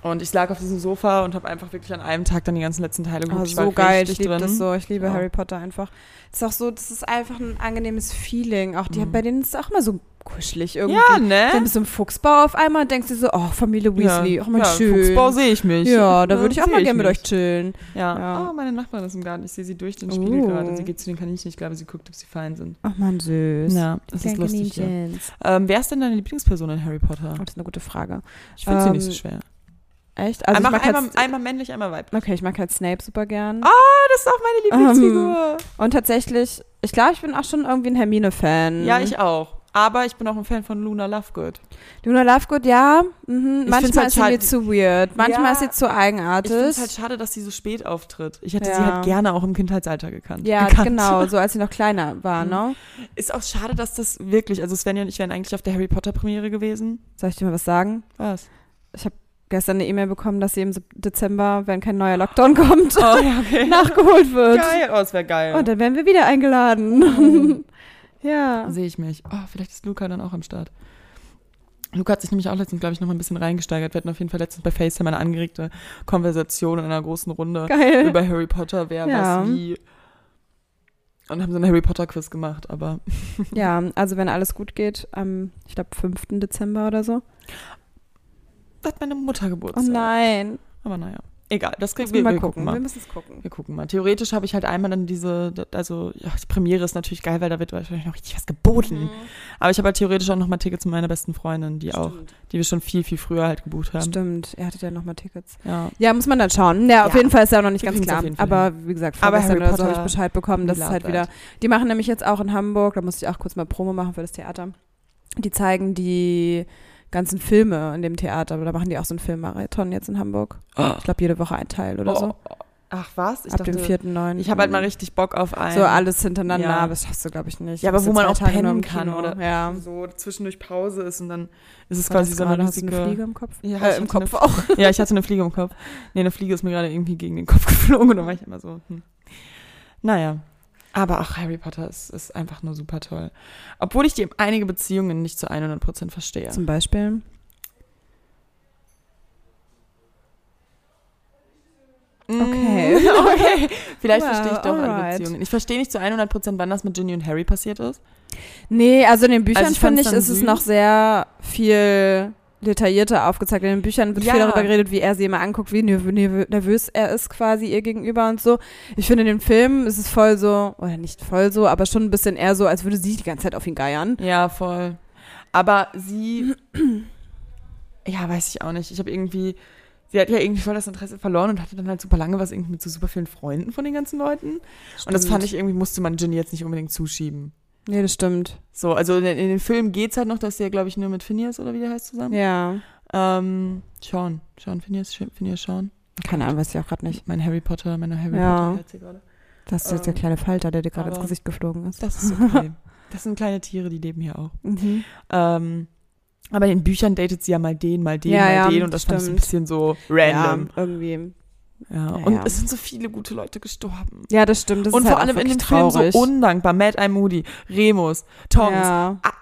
B: Und ich lag auf diesem Sofa und habe einfach wirklich an einem Tag dann die ganzen letzten Teile geguckt.
A: Oh,
B: ich
A: so
B: war
A: geil, ich
B: richtig
A: liebe
B: drin.
A: das so. Ich liebe
B: Ja.
A: Harry Potter einfach. Ist auch so, das ist einfach ein angenehmes Feeling. Auch die, bei denen ist es auch immer so kuschelig irgendwie.
B: Mhm. Ja,
A: Dann
B: ne?
A: bist du im Fuchsbau auf einmal und denkst dir so, oh, Familie Weasley,
B: ja.
A: oh mein
B: ja,
A: schön.
B: Fuchsbau sehe ich mich.
A: ja, da würde ich auch
B: sehe
A: mal gerne mit
B: mich.
A: euch chillen.
B: Ja.
A: Ja.
B: Oh, meine Nachbarin ist im Garten. Ich sehe sie durch den Spiegel
A: Oh.
B: gerade. Sie geht zu den Kaninchen. Ich glaube, sie guckt, ob sie fein sind.
A: Ach man, süß.
B: Ja, das ist
A: Kleine
B: lustig. Ja.
A: Kaninchens.
B: Ähm, wer ist denn deine Lieblingsperson in Harry Potter?
A: Oh, das ist eine gute Frage.
B: Ich finde sie nicht so
A: Ähm,
B: schwer.
A: Echt? Also
B: einmal,
A: ich mag
B: einmal,
A: halt,
B: einmal männlich, einmal weiblich.
A: okay, ich mag halt Snape super gern.
B: Ah, das ist auch meine
A: Ähm.
B: Lieblingsfigur.
A: Und tatsächlich, ich glaube, ich bin auch schon irgendwie ein Hermine-Fan.
B: Ja, ich auch. Aber ich bin auch ein Fan von Luna Lovegood.
A: Luna Lovegood, ja. Mhm.
B: Ich find's
A: Manchmal
B: halt
A: ist sie
B: schade-
A: mir zu weird. Manchmal
B: Ja.
A: ist sie zu
B: Ich
A: eigenartig.
B: finde es halt schade, dass sie so spät auftritt. Ich hätte sie
A: Ja.
B: halt gerne auch im Kindheitsalter gekannt.
A: ja,
B: gekannt. Mhm.
A: genau, so als sie noch kleiner war, ne?
B: Ist auch schade, dass das wirklich, also Svenja und ich wären eigentlich auf der Harry Potter Premiere gewesen.
A: Soll ich dir mal was sagen?
B: Was?
A: Gestern eine E-Mail bekommen, dass sie im Sep- Dezember, wenn kein neuer Lockdown kommt,
B: Oh, ja, okay.
A: nachgeholt wird.
B: Geil, Mhm. oh, das wäre geil.
A: Und dann werden wir wieder eingeladen. ja.
B: sehe ich mich. Oh, vielleicht ist Luca dann auch am Start. Luca hat sich nämlich auch letztens, glaube ich, noch mal ein bisschen reingesteigert. Wir hatten auf jeden Fall letztens bei FaceTime eine angeregte Konversation in einer großen Runde
A: Geil.
B: über Harry Potter, wer
A: Ja.
B: was wie. Und haben so ein Harry Potter Quiz gemacht, aber
A: Ja, also wenn alles gut geht, am, ich glaube, 5. Dezember oder so.
B: das hat meine Mutter
A: Oh
B: Geburtstag.
A: nein.
B: Aber naja, egal, das kriegen
A: Müssen
B: wir,
A: wir mal
B: wir
A: gucken.
B: gucken
A: Wir
B: mal.
A: müssen es gucken.
B: Wir gucken mal. Theoretisch habe ich halt einmal dann diese, also ja, die Premiere ist natürlich geil, weil da wird wahrscheinlich noch richtig was geboten. Aber ich habe halt theoretisch auch nochmal Tickets mit meiner besten Freundin, die auch, die wir schon viel, viel früher halt gebucht haben.
A: Stimmt, er hattet ja nochmal Tickets.
B: Ja.
A: Ja, muss man dann schauen. Ja, auf
B: Ja.
A: jeden Fall ist ja auch noch nicht
B: Wir
A: ganz
B: kriegen's
A: klar.
B: auf jeden Fall
A: Aber wie gesagt,
B: Aber
A: vorgestern
B: Harry
A: oder so habe ich
B: Potter
A: Bescheid bekommen, dass es halt wieder.
B: Ladenwelt.
A: Die machen nämlich jetzt auch in Hamburg, da musste ich auch kurz mal Promo machen für das Theater. Die zeigen die ganzen Filme in dem Theater, aber da machen die auch so einen Filmmarathon jetzt in Hamburg. Ich glaube, jede Woche ein Teil oder so.
B: Oh, oh, Ach was? Ich
A: Ab dem 4.9.
B: ich habe halt mal richtig Bock auf ein
A: So alles hintereinander,
B: Ja.
A: aber das schaffst du, glaube ich, nicht.
B: Ja, aber
A: Bist
B: wo
A: du
B: man
A: zwei
B: auch
A: Tage nur im
B: pennen kann,
A: Kino.
B: oder?
A: Ja.
B: so zwischendurch Pause ist und dann ist es
A: War
B: quasi
A: das
B: so eine
A: gerade? Hast du
B: riesige
A: eine Fliege im Kopf?
B: Ja, ich
A: äh,
B: hatte
A: im Kopf
B: eine-
A: auch.
B: Ja, ich hatte eine Fliege im Kopf. Nee, eine Fliege ist mir gerade irgendwie gegen den Kopf geflogen und dann war ich immer so, hm. Naja. Aber auch Harry Potter ist, ist einfach nur super toll. Obwohl ich die einige Beziehungen nicht zu 100% verstehe.
A: Zum Beispiel. Okay.
B: Mm, okay. Vielleicht
A: Well,
B: verstehe ich doch alle
A: alright.
B: Beziehungen. Ich verstehe nicht zu 100%, wann das mit Ginny und Harry passiert ist.
A: Nee, also in den Büchern,
B: Also ich
A: finde
B: fand's
A: ich,
B: dann
A: ist es
B: süß.
A: noch sehr viel detaillierter aufgezeigt. In den Büchern wird
B: Ja.
A: viel darüber geredet, wie er sie immer anguckt, wie nerv- nerv- nervös er ist quasi ihr gegenüber und so. Ich finde, in den Filmen ist es voll so, oder nicht voll so, aber schon ein bisschen eher so, als würde sie die ganze Zeit auf ihn geiern.
B: Ja, voll. Aber sie. ja, weiß ich auch nicht. Ich habe irgendwie. Sie hat ja irgendwie voll das Interesse verloren und hatte dann halt super lange was irgendwie mit so super vielen Freunden von den ganzen Leuten. Und das fand ich irgendwie, musste man Ginny jetzt nicht unbedingt zuschieben.
A: Nee, das stimmt.
B: So, also in, in den Film geht's halt noch, dass der, glaube ich, nur mit Phineas oder wie der heißt zusammen.
A: Ja.
B: Ähm, Sean. Sean, Phineas, Sch- Phineas, Sean.
A: Keine Ahnung, weiß ich auch gerade nicht.
B: Mein Harry Potter, meine Harry
A: Ja.
B: Potter Herz hier gerade.
A: Das ist jetzt der
B: Ähm,
A: kleine Falter, der dir gerade ins
B: aber-
A: Gesicht geflogen ist.
B: Das ist okay. das sind kleine Tiere, die leben hier auch.
A: Mhm.
B: Ähm, aber in den Büchern datet sie ja mal den, mal den,
A: Ja,
B: mal
A: ja,
B: den und das fand ich so ein
A: stimmt.
B: bisschen so random.
A: Ja, irgendwie.
B: Ja,
A: Ja,
B: und
A: ja.
B: es sind so viele gute Leute gestorben.
A: Ja, das stimmt. Das
B: und
A: ist
B: vor
A: halt
B: allem
A: auch
B: in den
A: wirklich traurig.
B: Filmen so undankbar. Mad Eye Moody, Remus, Tongs,
A: Ja.
B: ah,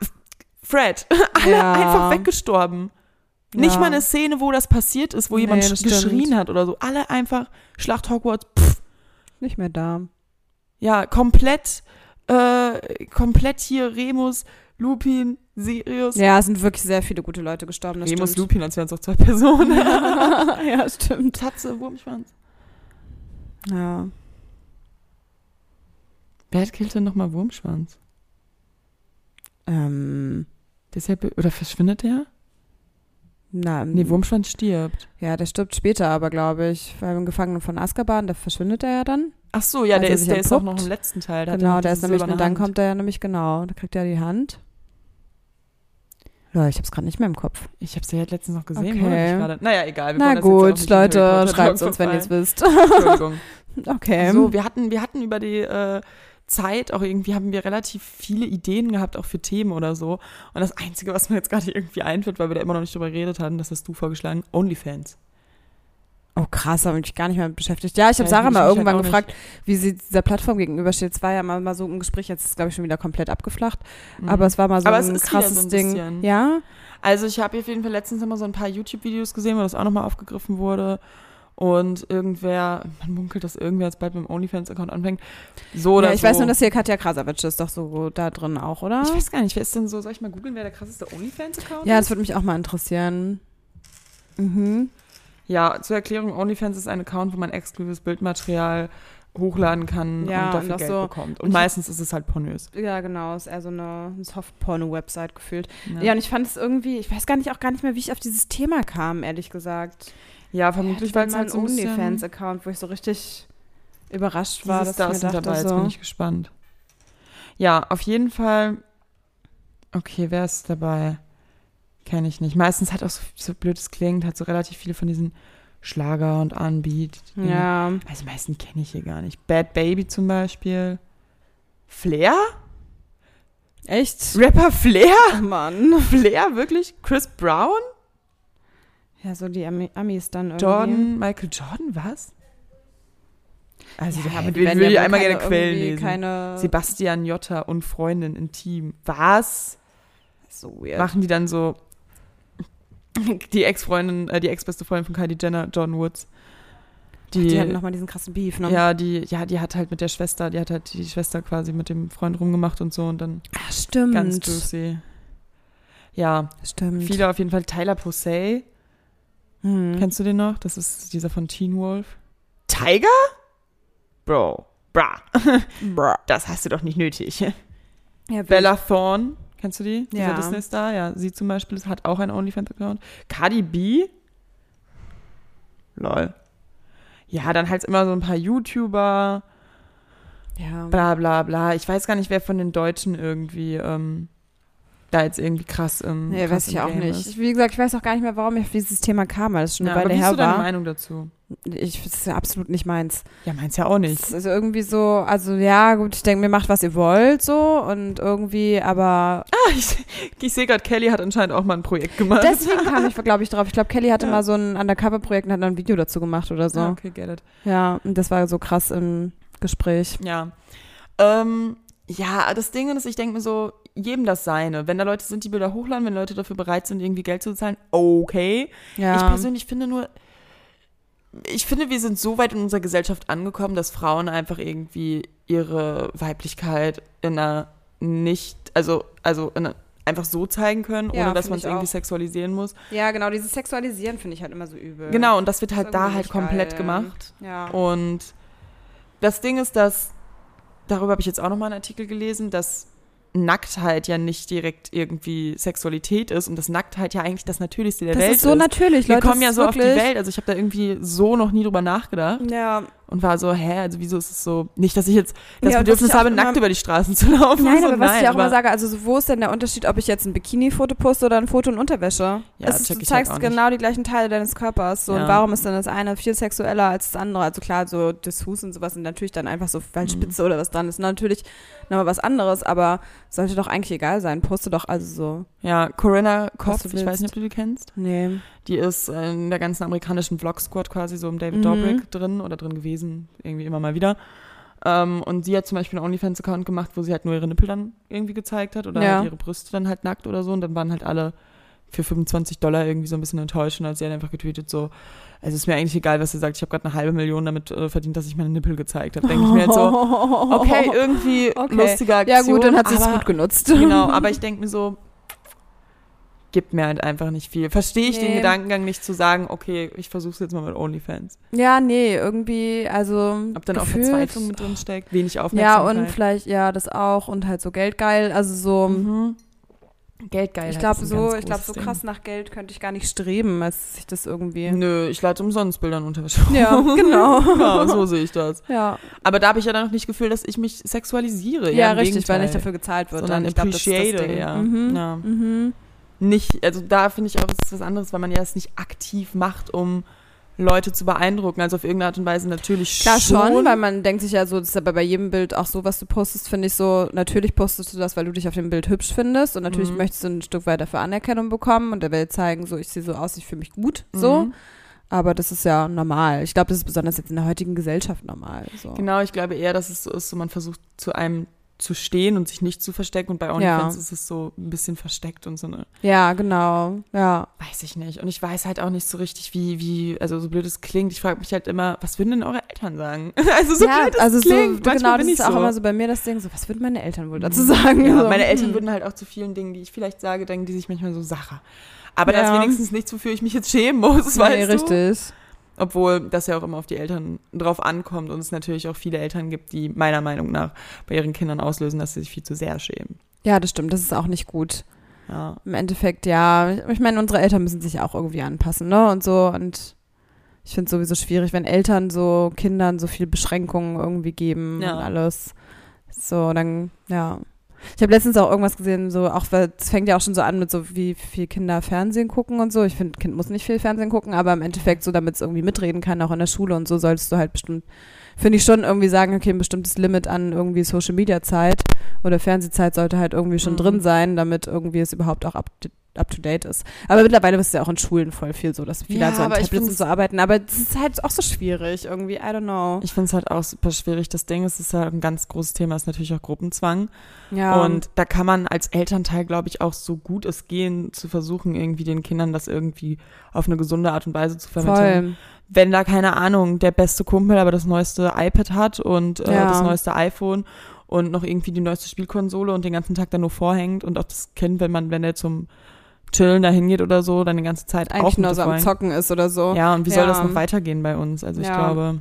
B: Fred, alle
A: Ja.
B: einfach weggestorben. Nicht
A: Ja.
B: mal eine Szene, wo das passiert ist, wo
A: Nee,
B: jemand
A: das
B: sch- geschrien
A: stimmt.
B: hat oder so. Alle einfach Schlacht Hogwarts, pff,
A: Nicht mehr da.
B: ja, komplett, äh, komplett hier Remus, Lupin, Sirius.
A: Ja, es sind wirklich sehr viele gute Leute gestorben. Das
B: Remus,
A: stimmt.
B: Lupin, als wären es auch zwei Personen.
A: ja, stimmt.
B: Tatze, Wurmschwanz.
A: Ja.
B: Wer hat killt denn nochmal Wurmschwanz?
A: Ähm,
B: Deshalb, oder verschwindet der?
A: na, ähm,
B: Nee, Wurmschwanz stirbt.
A: ja, der stirbt später, aber glaube ich, weil im Gefangenen von Azkaban, da verschwindet er ja dann.
B: Ach so, ja,
A: Als
B: der
A: er
B: ist,
A: sich
B: der ist auch
A: entpuppt.
B: noch im letzten Teil. Da hat er
A: genau,
B: noch
A: der
B: diese
A: ist nämlich,
B: silberne
A: und dann
B: Hand.
A: kommt er ja nämlich, genau, da kriegt er die Hand. Leute, ich hab's gerade nicht mehr im Kopf.
B: Ich hab's ja halt letztens noch gesehen.
A: Okay.
B: wundert mich gerade. Naja, egal. wir
A: Na
B: wollen das
A: gut,
B: jetzt auch nicht
A: Leute,
B: in Harry Potter
A: schreibt's
B: Talk
A: uns, wenn ihr's
B: verfallen.
A: wisst.
B: Entschuldigung.
A: Okay.
B: So, wir hatten, wir hatten über die äh, Zeit auch irgendwie, haben wir relativ viele Ideen gehabt, auch für Themen oder so. Und das Einzige, was mir jetzt gerade irgendwie einfällt, weil wir da immer noch nicht drüber geredet hatten, das hast du vorgeschlagen, Onlyfans.
A: Oh krass, habe ich mich gar nicht mehr mit beschäftigt. Ja, ich habe
B: Ja,
A: Sarah
B: ich
A: mal
B: mich
A: irgendwann
B: halt auch
A: gefragt, wie sie dieser Plattform gegenübersteht. Es war ja mal, mal so ein Gespräch, jetzt ist es, glaube ich, schon wieder komplett abgeflacht. Aber es war mal so
B: Mhm. Aber es
A: ein
B: ist wieder
A: krasses
B: so ein
A: Ding.
B: bisschen.
A: Ja,
B: Also ich habe auf jeden Fall letztens immer so ein paar YouTube-Videos gesehen, wo das auch nochmal aufgegriffen wurde. Und irgendwer, man munkelt, dass irgendwer jetzt bald mit dem OnlyFans-Account anfängt. So oder
A: ja ich
B: so.
A: weiß nur, dass hier Katja Krasavitsch ist doch so da drin auch, oder?
B: Ich weiß gar nicht, wer ist denn so, soll ich mal googeln, wer der krasseste OnlyFans-Account
A: Ja, das
B: ist?
A: würde mich auch mal interessieren. Mhm.
B: Ja, zur Erklärung, OnlyFans ist ein Account, wo man exklusives Bildmaterial hochladen kann
A: Ja, und
B: und dafür
A: auch
B: Geld
A: so-
B: bekommt. Und,
A: und-
B: meistens ist es halt pornös.
A: Ja, genau, ist eher so eine Softporno-Website gefühlt.
B: Ja.
A: Ja. und ich fand es irgendwie, ich weiß gar nicht, auch gar nicht mehr, wie ich auf dieses Thema kam, ehrlich gesagt.
B: Ja, vermutlich, weil es
A: mein
B: halt so ein bisschen
A: OnlyFans-Account, wo ich so richtig überrascht war,
B: dieses
A: dass ich mir
B: sind
A: dachte,
B: dabei, jetzt
A: so,
B: bin ich gespannt. Ja, auf jeden Fall. Okay, wer ist dabei? Kenne ich nicht. Meistens hat auch so, so blödes klingt, hat so relativ viele von diesen Schlager und Anbeat.
A: ja.
B: Also meisten kenne ich hier gar nicht. Bad Baby zum Beispiel. Flair?
A: Echt?
B: Rapper Flair?
A: Mann.
B: Flair, wirklich? Chris Brown?
A: Ja, so die Ami Amis dann irgendwie.
B: Jordan, Michael Jordan, was? Also,
A: Ja,
B: ja,
A: aber
B: ich
A: die werden
B: würde
A: ja wohl
B: einmal gerne
A: keine-
B: Quellen
A: irgendwie
B: lesen.
A: Keine
B: Sebastian Jotta und Freundin intim. Was?
A: so weird.
B: machen die dann so die Ex-Freundin, äh, die ex-beste Freundin von Kylie Jenner, John Woods. Die,
A: die hatten nochmal diesen krassen Beef, ne?
B: ja, die, ja, die hat halt mit der Schwester, die hat halt die Schwester quasi mit dem Freund rumgemacht und so und dann
A: Ah, stimmt.
B: ganz juicy. Ja,
A: stimmt.
B: viele auf jeden Fall. Tyler Posey,
A: Hm.
B: kennst du den noch? Das ist dieser von Teen Wolf. Tiger? Bro, bra, das hast du doch nicht nötig.
A: Ja,
B: Bella Thorne, kennst du die?
A: Ja.
B: Dieser Disney-Star, ja. Sie zum Beispiel hat auch einen OnlyFans-Account. Cardi B. Lol. Ja, dann halt immer so ein paar YouTuber,
A: Ja.
B: bla bla bla. Ich weiß gar nicht, wer von den Deutschen irgendwie ähm, da jetzt irgendwie krass im
A: Nee,
B: krass
A: weiß ich
B: im
A: auch
B: Game
A: nicht.
B: Ist.
A: Ich, wie gesagt, ich weiß auch gar nicht mehr, warum ich auf dieses Thema kam, weil es schon
B: Ja,
A: eine
B: aber
A: Weile
B: wie ist
A: her
B: so deine
A: war.
B: Meinung dazu?
A: Ich, das ist ja absolut nicht meins.
B: Ja, meins ja auch nicht.
A: Es ist irgendwie so, also ja, gut, ich denke, mir macht, was ihr wollt, so und irgendwie, aber
B: Ah, ich, ich sehe gerade, Kelly hat anscheinend auch mal ein Projekt gemacht.
A: deswegen kam ich, glaube ich, drauf. Ich glaube, Kelly hatte
B: Ja.
A: mal so ein Undercover-Projekt und hat dann ein Video dazu gemacht oder so.
B: Ah, okay, get it.
A: Ja, und das war so krass im Gespräch.
B: Ja. Ähm, ja, das Ding ist, ich denke mir so, jedem das seine. Wenn da Leute sind, die Bilder hochladen, wenn Leute dafür bereit sind, irgendwie Geld zu zahlen, okay.
A: Ja.
B: Ich persönlich finde nur, ich finde, wir sind so weit in unserer Gesellschaft angekommen, dass Frauen einfach irgendwie ihre Weiblichkeit in einer nicht, also, also in einer, einfach so zeigen können, ohne
A: Ja,
B: dass
A: finde
B: man es
A: ich
B: irgendwie
A: auch.
B: sexualisieren muss.
A: ja, genau, dieses Sexualisieren finde ich halt immer so übel.
B: Genau, und das wird
A: Ist
B: halt da
A: irgendwie
B: halt
A: nicht
B: komplett
A: geil.
B: gemacht.
A: Ja.
B: Und das Ding ist, dass, darüber habe ich jetzt auch nochmal einen Artikel gelesen, dass Nacktheit ja nicht direkt irgendwie Sexualität ist und dass Nacktheit ja eigentlich das Natürlichste der
A: das
B: Welt
A: ist so natürlich,
B: Wir
A: Leute.
B: kommen ja
A: das
B: so
A: ist
B: auf die
A: wirklich-
B: Welt, also ich habe da irgendwie so noch nie drüber nachgedacht
A: Ja,
B: und war so, hä, also wieso ist es so, nicht, dass ich jetzt das
A: Ja, und was
B: Bedürfnis
A: ich auch
B: habe,
A: immer-
B: nackt über die Straßen zu laufen.
A: Nein,
B: so,
A: aber was
B: nein,
A: ich auch immer
B: aber-
A: sage, also so, wo ist denn der Unterschied, ob ich jetzt ein Bikini-Foto poste oder ein Foto in Unterwäsche?
B: Ja,
A: es ist,
B: check
A: du
B: ich halt
A: zeigst
B: auch nicht.
A: genau die gleichen Teile deines Körpers. So.
B: Ja.
A: Und warum ist denn das eine viel sexueller als das andere? Also klar, so Dessous und sowas sind natürlich dann einfach so, weil Spitze
B: Mhm.
A: oder was dran ist, natürlich nochmal was anderes, aber sollte doch eigentlich egal sein. Poste doch also so.
B: Ja, Corinna Kopf,
A: du
B: ich weiß
A: willst.
B: nicht, ob du die kennst.
A: Nee.
B: Die ist in der ganzen amerikanischen Vlog-Squad quasi so im David
A: Mhm.
B: Dobrik drin oder drin gewesen, irgendwie immer mal wieder. Ähm, und sie hat zum Beispiel einen OnlyFans-Account gemacht, wo sie halt nur ihre Nippel dann irgendwie gezeigt hat oder
A: Ja.
B: halt ihre Brüste dann halt nackt oder so. Und dann waren halt alle für 25 Dollar irgendwie so ein bisschen enttäuscht und hat sie halt einfach getweetet so, also ist mir eigentlich egal, was sie sagt, ich habe gerade eine halbe Million damit äh, verdient, dass ich meine Nippel gezeigt habe. Denke ich mir halt so, okay, irgendwie
A: Okay.
B: lustige
A: ja
B: Aktion.
A: gut, dann hat sie es
B: aber-
A: gut genutzt.
B: Genau, aber ich denke mir so, gibt mir halt einfach nicht viel. Verstehe ich den
A: Nee.
B: Gedankengang nicht zu sagen, okay, ich versuche es jetzt mal mit OnlyFans.
A: Ja, nee, irgendwie, also.
B: Ob dann auch
A: gefühlt-
B: Verzweiflung mit drin steckt, wenig
A: Ja,
B: Aufmerksamkeit.
A: und vielleicht, ja, das auch und halt so geldgeil, also so.
B: mhm. Geldgeil.
A: Ich glaube, so, Oh, ich glaub, so krass nach Geld könnte ich gar nicht streben, als sich das irgendwie.
B: Nö, ich lade umsonst Bildern Unterwäsche.
A: Ja, genau.
B: ja, so sehe ich das.
A: Ja,
B: Aber da habe ich ja dann noch nicht das Gefühl, dass ich mich sexualisiere.
A: ja
B: im
A: richtig, weil
B: Gegenteil.
A: nicht dafür gezahlt wird.
B: sondern
A: dann. Ich glaub, das ist das
B: appreciate,
A: Ding.
B: ja.
A: Mhm.
B: ja.
A: Mhm.
B: nicht, also da finde ich auch, es ist was anderes, weil man ja es nicht aktiv macht, um Leute zu beeindrucken. Also auf irgendeine Art und Weise natürlich
A: Klar schon,
B: schon
A: weil man denkt sich ja so, das ist aber bei jedem Bild auch so, was du postest, finde ich so, natürlich postest du das, weil du dich auf dem Bild hübsch findest und natürlich
B: Mhm.
A: möchtest du ein Stück weit dafür Anerkennung bekommen und der Welt zeigen, so, ich sehe so aus, ich fühle mich gut, so.
B: Mhm.
A: Aber das ist ja normal. Ich glaube, das ist besonders jetzt in der heutigen Gesellschaft normal. So.
B: Genau, ich glaube eher, dass es so ist, so man versucht zu einem zu stehen und sich nicht zu verstecken und bei OnlyFans
A: Ja.
B: ist es so ein bisschen versteckt und so eine,
A: Ja, genau. Ja.
B: weiß ich nicht. Und ich weiß halt auch nicht so richtig, wie, wie, also so blöd es klingt. Ich frage mich halt immer, was würden denn eure Eltern sagen? Also so
A: ja,
B: blöd es
A: also so,
B: klingt. Manchmal
A: genau, das
B: bin ich
A: ist auch
B: so. Mhm.
A: immer so bei mir das Ding, so, was würden meine Eltern wohl dazu sagen?
B: Ja,
A: so.
B: meine Eltern
A: Hm.
B: würden halt auch zu vielen Dingen, die ich vielleicht sage, denken die sich manchmal so Sache. Aber das
A: Ja.
B: ist wenigstens nichts, wofür ich mich jetzt schämen muss,
A: nee,
B: weißt du?
A: richtig.
B: Obwohl das ja auch immer auf die Eltern drauf ankommt und es natürlich auch viele Eltern gibt, die meiner Meinung nach bei ihren Kindern auslösen, dass sie sich viel zu sehr schämen.
A: Ja, das stimmt, das ist auch nicht gut.
B: Ja.
A: Im Endeffekt, ja. Ich meine, unsere Eltern müssen sich auch irgendwie anpassen, ne? Und so. Und ich finde es sowieso schwierig, wenn Eltern so Kindern so viel Beschränkungen irgendwie geben
B: Ja.
A: und alles. So, dann, ja. Ich habe letztens auch irgendwas gesehen, so auch, weil es fängt ja auch schon so an mit so, wie viel Kinder Fernsehen gucken und so. Ich finde, ein Kind muss nicht viel Fernsehen gucken, aber im Endeffekt so, damit es irgendwie mitreden kann, auch in der Schule und so, solltest du halt bestimmt, finde ich schon irgendwie sagen, okay, ein bestimmtes Limit an irgendwie Social Media Zeit oder Fernsehzeit sollte halt irgendwie schon
B: Mhm.
A: drin sein, damit irgendwie es überhaupt auch up, up to date ist. Aber mittlerweile ist es ja auch in Schulen voll viel so, dass viele
B: Ja,
A: halt so an
B: aber ich
A: Tablets und
B: find's-
A: so arbeiten, aber es ist halt auch so schwierig irgendwie, I don't know.
B: Ich finde es halt auch super schwierig. Das Ding ist, es ist halt ein ganz großes Thema, ist natürlich auch Gruppenzwang.
A: Ja.
B: Und da kann man als Elternteil, glaube ich, auch so gut es gehen, zu versuchen, irgendwie den Kindern das irgendwie auf eine gesunde Art und Weise zu vermitteln.
A: voll.
B: wenn da keine Ahnung, der beste Kumpel aber das neueste iPad hat und äh,
A: Ja.
B: das neueste iPhone und noch irgendwie die neueste Spielkonsole und den ganzen Tag da nur vorhängt und auch das Kind, wenn man, wenn er zum Chillen da hingeht oder so, dann die ganze Zeit auch
A: Eigentlich
B: nur
A: nur so am
B: vorhängt.
A: Zocken ist oder so.
B: Ja, und wie soll
A: Ja.
B: das noch weitergehen bei uns? Also ich
A: Ja.
B: glaube,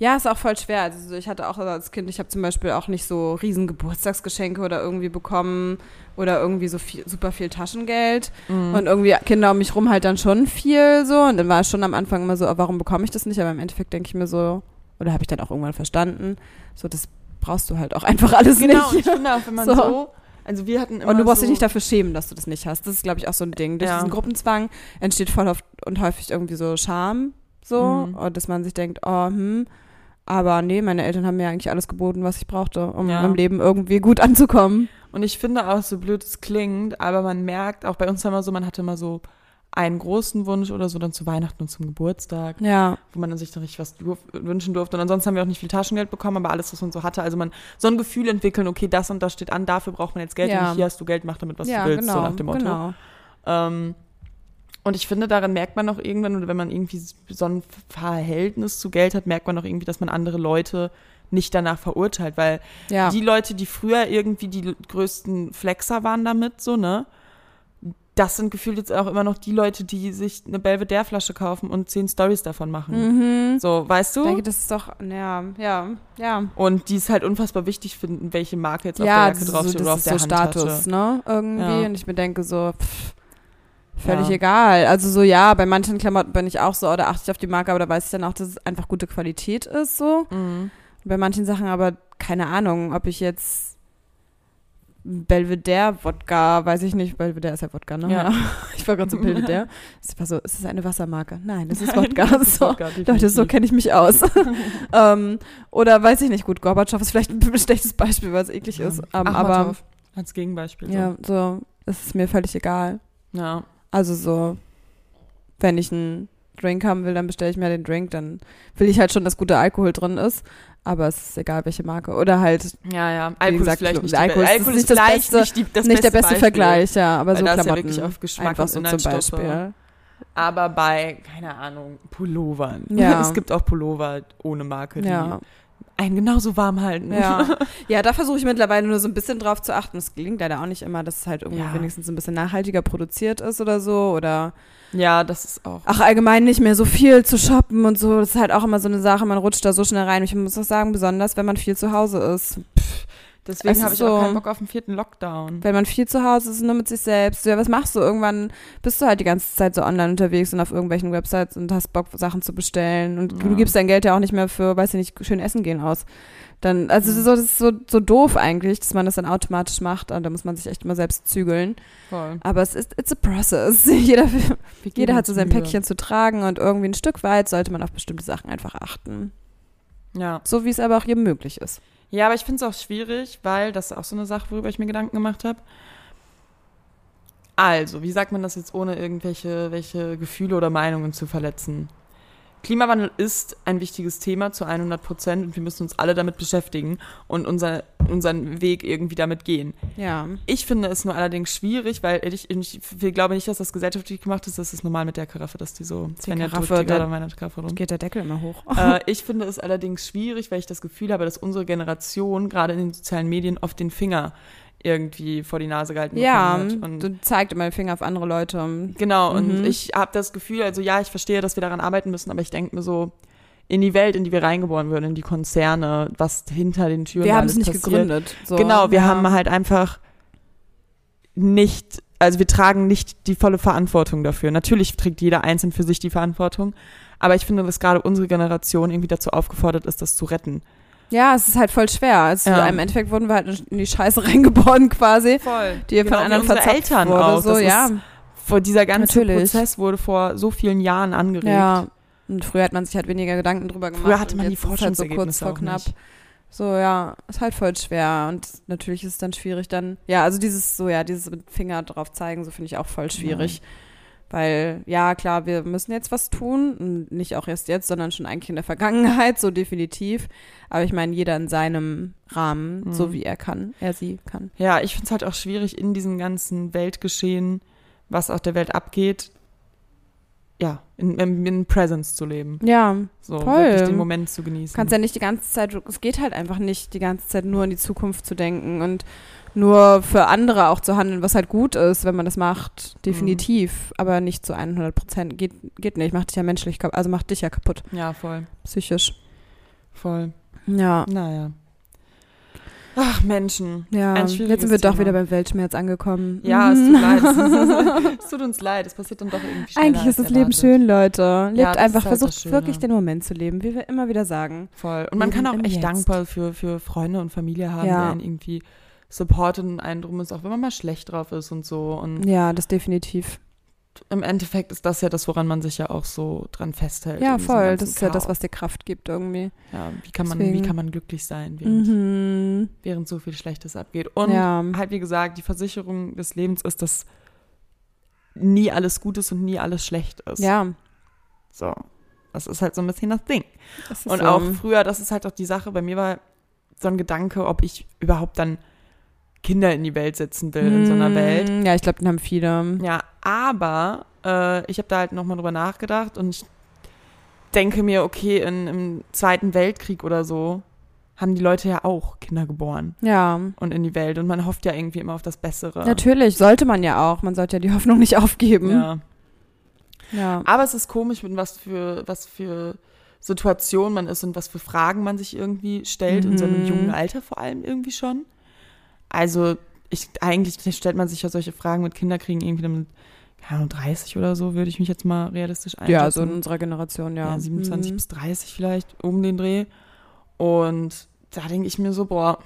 A: Ja, ist auch voll schwer. Also so, ich hatte auch als Kind, ich habe zum Beispiel auch nicht so riesen Geburtstagsgeschenke oder irgendwie bekommen oder irgendwie so viel, super viel Taschengeld und irgendwie Kinder um mich rum halt dann schon viel so und dann war es schon am Anfang immer so, ah, warum bekomme ich das nicht? Aber im Endeffekt denke ich mir so, oder habe ich dann auch irgendwann verstanden, so das brauchst du halt auch einfach alles
B: genau, und ich
A: nicht.
B: finde auch, wenn man
A: So.
B: so, also wir hatten immer
A: Und du brauchst
B: so,
A: dich nicht dafür schämen, dass du das nicht hast. Das ist, glaube ich, auch so ein Ding. Durch
B: Ja.
A: diesen Gruppenzwang entsteht voll oft und häufig irgendwie so Scham, so,
B: Mhm.
A: und dass man sich denkt, oh, hm, aber nee, meine Eltern haben mir eigentlich alles geboten, was ich brauchte, um
B: Ja.
A: im Leben irgendwie gut anzukommen.
B: Und ich finde auch, so blöd es klingt, aber man merkt, auch bei uns war immer so, man hatte immer so einen großen Wunsch oder so dann zu Weihnachten und zum Geburtstag.
A: Ja,
B: wo man dann sich dann richtig was durf wünschen durfte. Und ansonsten haben wir auch nicht viel Taschengeld bekommen, aber alles, was man so hatte. Also man so ein Gefühl entwickeln, okay, das und das steht an, dafür braucht man jetzt Geld
A: Ja.
B: und hier hast du Geld, mach damit, was
A: ja,
B: du willst,
A: genau.
B: so nach dem Motto.
A: genau.
B: Ähm, und ich finde, daran merkt man auch irgendwann, oder wenn man irgendwie so ein Verhältnis zu Geld hat, merkt man auch irgendwie, dass man andere Leute nicht danach verurteilt, weil
A: Ja.
B: die Leute, die früher irgendwie die größten Flexer waren damit, so, ne? Das sind gefühlt jetzt auch immer noch die Leute, die sich eine Belvedere-Flasche kaufen und zehn Stories davon machen. So, weißt
A: Mhm. Ich
B: du?
A: denke, das ist doch, ja, ja, ja.
B: Und die es halt unfassbar wichtig finden, welche Marke jetzt
A: ja,
B: auf der
A: das
B: Jacke
A: ist so,
B: draufsteht oder
A: das
B: auf
A: ist
B: der
A: so Status,
B: Handtasche.
A: ne? Irgendwie.
B: Ja.
A: Und ich mir denke so, pff, völlig
B: Ja.
A: egal. Also so, ja, bei manchen Klamotten bin ich auch so, oder achte ich auf die Marke, aber da weiß ich dann auch, dass es einfach gute Qualität ist, so.
B: Mhm.
A: Bei manchen Sachen aber keine Ahnung, ob ich jetzt Belvedere-Wodka, weiß ich nicht, Belvedere ist ja Wodka, ne?
B: Ja.
A: Ich war gerade so Belvedere. Es war so, ist das eine Wassermarke? Nein, das ist
B: Nein,
A: Wodka.
B: das ist
A: so.
B: Wodka,
A: Leute, so
B: definitiv.
A: kenne ich mich aus. ähm, oder weiß ich nicht, gut, Gorbatschow ist vielleicht ein schlechtes Beispiel, weil es eklig
B: Ja.
A: ist. Ähm, aber
B: Achmatow als Gegenbeispiel.
A: ja, so, es ist mir völlig egal.
B: So. ja.
A: Also so, wenn ich einen Drink haben will, dann bestelle ich mir den Drink, dann will ich halt schon, dass guter Alkohol drin ist. Aber es ist egal, welche Marke. Oder halt
B: Ja, ja. Alkohol
A: gesagt,
B: ist vielleicht nicht,
A: Alkohol
B: die
A: ist
B: Be- Alkohol
A: nicht das
B: vielleicht
A: beste-
B: nicht, die, das
A: nicht der
B: beste
A: beste
B: Beispiel,
A: Vergleich, ja. Aber
B: Weil
A: so
B: da ist ja
A: Klamotten.
B: wirklich auf Geschmack
A: einfach
B: und
A: so zum
B: Inhaltsstoffe.
A: Beispiel.
B: Aber bei, keine Ahnung, Pullovern.
A: Ja.
B: Es gibt auch Pullover ohne Marke, die
A: Ja,
B: einen genauso warm halten.
A: ja. ja, da versuche ich mittlerweile nur so ein bisschen drauf zu achten. Es gelingt leider auch nicht immer, dass es halt irgendwie
B: Ja.
A: wenigstens ein bisschen nachhaltiger produziert ist oder so. Oder
B: ja, das ist auch.
A: Ach, allgemein nicht mehr so viel zu shoppen und so. Das ist halt auch immer so eine Sache, man rutscht da so schnell rein. Ich muss auch sagen, besonders wenn man viel zu Hause ist. es
B: Deswegen
A: ist
B: habe ich
A: so-
B: auch keinen Bock auf den vierten Lockdown.
A: Wenn man viel zu Hause ist, nur mit sich selbst. Ja, was machst du? Irgendwann bist du halt die ganze Zeit so online unterwegs und auf irgendwelchen Websites und hast Bock, Sachen zu bestellen. Und du
B: Ja.
A: gibst dein Geld ja auch nicht mehr für, weiß ich nicht, schön essen gehen aus. Dann, also so, das ist so, so doof eigentlich, dass man das dann automatisch macht. Und da muss man sich echt immer selbst zügeln.
B: Voll.
A: Aber es ist, it's a process. Jeder,
B: Wir geben
A: jeder hat so
B: uns
A: sein
B: Mühe.
A: Päckchen zu tragen und irgendwie ein Stück weit sollte man auf bestimmte Sachen einfach achten.
B: Ja.
A: So wie es aber auch jedem möglich ist.
B: ja, aber ich finde es auch schwierig, weil das ist auch so eine Sache, worüber ich mir Gedanken gemacht habe. Also, wie sagt man das jetzt, ohne irgendwelche welche Gefühle oder Meinungen zu verletzen? Klimawandel ist ein wichtiges Thema zu 100 Prozent und wir müssen uns alle damit beschäftigen und unser, unseren Weg irgendwie damit gehen.
A: Ja.
B: Ich finde es nur allerdings schwierig, weil ich, ich, ich glaube nicht, dass das gesellschaftlich gemacht ist. Das ist normal mit der Karaffe, dass die so. Svenja drückt
A: Karaffe,
B: die gerade
A: der-
B: an meiner Karaffe rum.
A: Geht der Deckel immer hoch.
B: Äh, ich finde es allerdings schwierig, weil ich das Gefühl habe, dass unsere Generation gerade in den sozialen Medien oft den Finger irgendwie vor die Nase gehalten
A: ja,
B: bekommen hat. Und
A: du zeigt immer den Finger auf andere Leute.
B: Genau, und
A: Mhm.
B: ich habe das Gefühl, also ja, ich verstehe, dass wir daran arbeiten müssen, aber ich denke mir so, in die Welt, in die wir reingeboren würden, in die Konzerne, was hinter den Türen
A: Wir haben
B: alles
A: es nicht
B: passiert.
A: gegründet. So.
B: Genau, wir
A: ja.
B: haben halt einfach nicht, also wir tragen nicht die volle Verantwortung dafür. Natürlich trägt jeder einzeln für sich die Verantwortung, aber ich finde, dass gerade unsere Generation irgendwie dazu aufgefordert ist, das zu retten.
A: Ja, es ist halt voll schwer. Es,
B: Ja.
A: Im Endeffekt wurden wir halt in die Scheiße reingeboren quasi,
B: Voll.
A: die
B: Genau,
A: von
B: wie
A: anderen
B: unsere
A: verzapft
B: Eltern
A: wurde.
B: auch.
A: So,
B: Das ist
A: ja.
B: Vor dieser ganze
A: Natürlich.
B: Prozess wurde vor so vielen Jahren angeregt.
A: ja. Und früher hat man sich halt weniger Gedanken drüber gemacht.
B: Früher hatte
A: und
B: man die
A: jetzt ist es halt so kurz
B: Forschungsergebnisse
A: vor
B: auch
A: knapp.
B: nicht.
A: So, ja, ist halt voll schwer. Und natürlich ist es dann schwierig, dann, ja, also dieses, so, ja, dieses mit Finger drauf zeigen, so finde ich auch voll schwierig. Weil, ja, klar, wir müssen jetzt was tun. Und Nicht auch erst jetzt, sondern schon eigentlich in der Vergangenheit, so definitiv. Aber ich meine, jeder in seinem Rahmen, so wie er kann, er sie kann.
B: Ja, ich finde es halt auch schwierig in diesem ganzen Weltgeschehen, was auf der Welt abgeht, ja, in, in, in Presence zu leben.
A: Ja,
B: So
A: Voll.
B: wirklich den Moment zu genießen.
A: Du kannst ja nicht die ganze Zeit, es geht halt einfach nicht, die ganze Zeit nur in die Zukunft zu denken und nur für andere auch zu handeln, was halt gut ist, wenn man das macht,
B: Mhm.
A: definitiv, aber nicht zu 100 Prozent, geht, geht nicht, macht dich ja menschlich kaputt, also macht dich ja kaputt,
B: ja, voll.
A: psychisch.
B: Voll.
A: Ja,
B: Naja. Ach, Menschen.
A: ja,
B: Ein
A: jetzt
B: schwieriges
A: sind wir doch
B: Thema.
A: wieder beim Weltschmerz angekommen.
B: Ja, es
A: Mhm.
B: tut leid. es tut uns leid. Es passiert dann doch irgendwie schneller
A: Eigentlich ist das
B: als
A: Leben
B: erwartet.
A: schön, Leute. Lebt
B: Ja, das
A: einfach,
B: ist halt das
A: versucht
B: Schöne.
A: wirklich den Moment zu leben, wie wir immer wieder sagen.
B: Voll. Und man
A: Leben
B: kann auch
A: im
B: echt
A: Jetzt.
B: dankbar für, für Freunde und Familie haben,
A: Ja.
B: die einen irgendwie supporten und einen drum ist, auch wenn man mal schlecht drauf ist und so. Und
A: Ja, das definitiv.
B: im Endeffekt ist das ja das, woran man sich ja auch so dran festhält.
A: Ja,
B: Halt in diesem
A: voll.
B: ganzen
A: Das ist ja das,
B: Chaos.
A: was dir Kraft gibt irgendwie.
B: Ja, wie kann man, wie
A: Deswegen-
B: kann man glücklich sein, während,
A: Mhm.
B: während so viel Schlechtes abgeht? Und
A: ja.
B: halt, wie gesagt, die Versicherung des Lebens ist, dass nie alles gut ist und nie alles schlecht ist.
A: Ja,
B: So. Das ist halt so ein bisschen das Ding.
A: das ist
B: Und
A: so.
B: auch früher, das ist halt auch die Sache, bei mir war so ein Gedanke, ob ich überhaupt dann Kinder in die Welt setzen will in so einer
A: Mm,
B: Welt.
A: Ja, ich glaube, den haben viele.
B: Ja, aber äh, ich habe da halt nochmal drüber nachgedacht und ich denke mir, okay, in, im Zweiten Weltkrieg oder so haben die Leute ja auch Kinder geboren
A: Ja.
B: und in die Welt und man hofft ja irgendwie immer auf das Bessere.
A: Natürlich, sollte man ja auch. Man sollte ja die Hoffnung nicht aufgeben.
B: Ja.
A: ja.
B: Aber es ist komisch, mit was für, was für Situationen man ist und was für Fragen man sich irgendwie stellt, in so einem
A: Mhm.
B: jungen Alter vor allem irgendwie schon. Also, ich, eigentlich stellt man sich ja solche Fragen mit Kinderkriegen irgendwie dann mit, keine Ahnung, 30 oder so, würde ich mich jetzt mal realistisch einschätzen.
A: Ja, so in unserer Generation, ja.
B: ja, 27
A: Mhm.
B: bis 30 vielleicht, um den Dreh. Und da denke ich mir so, boah,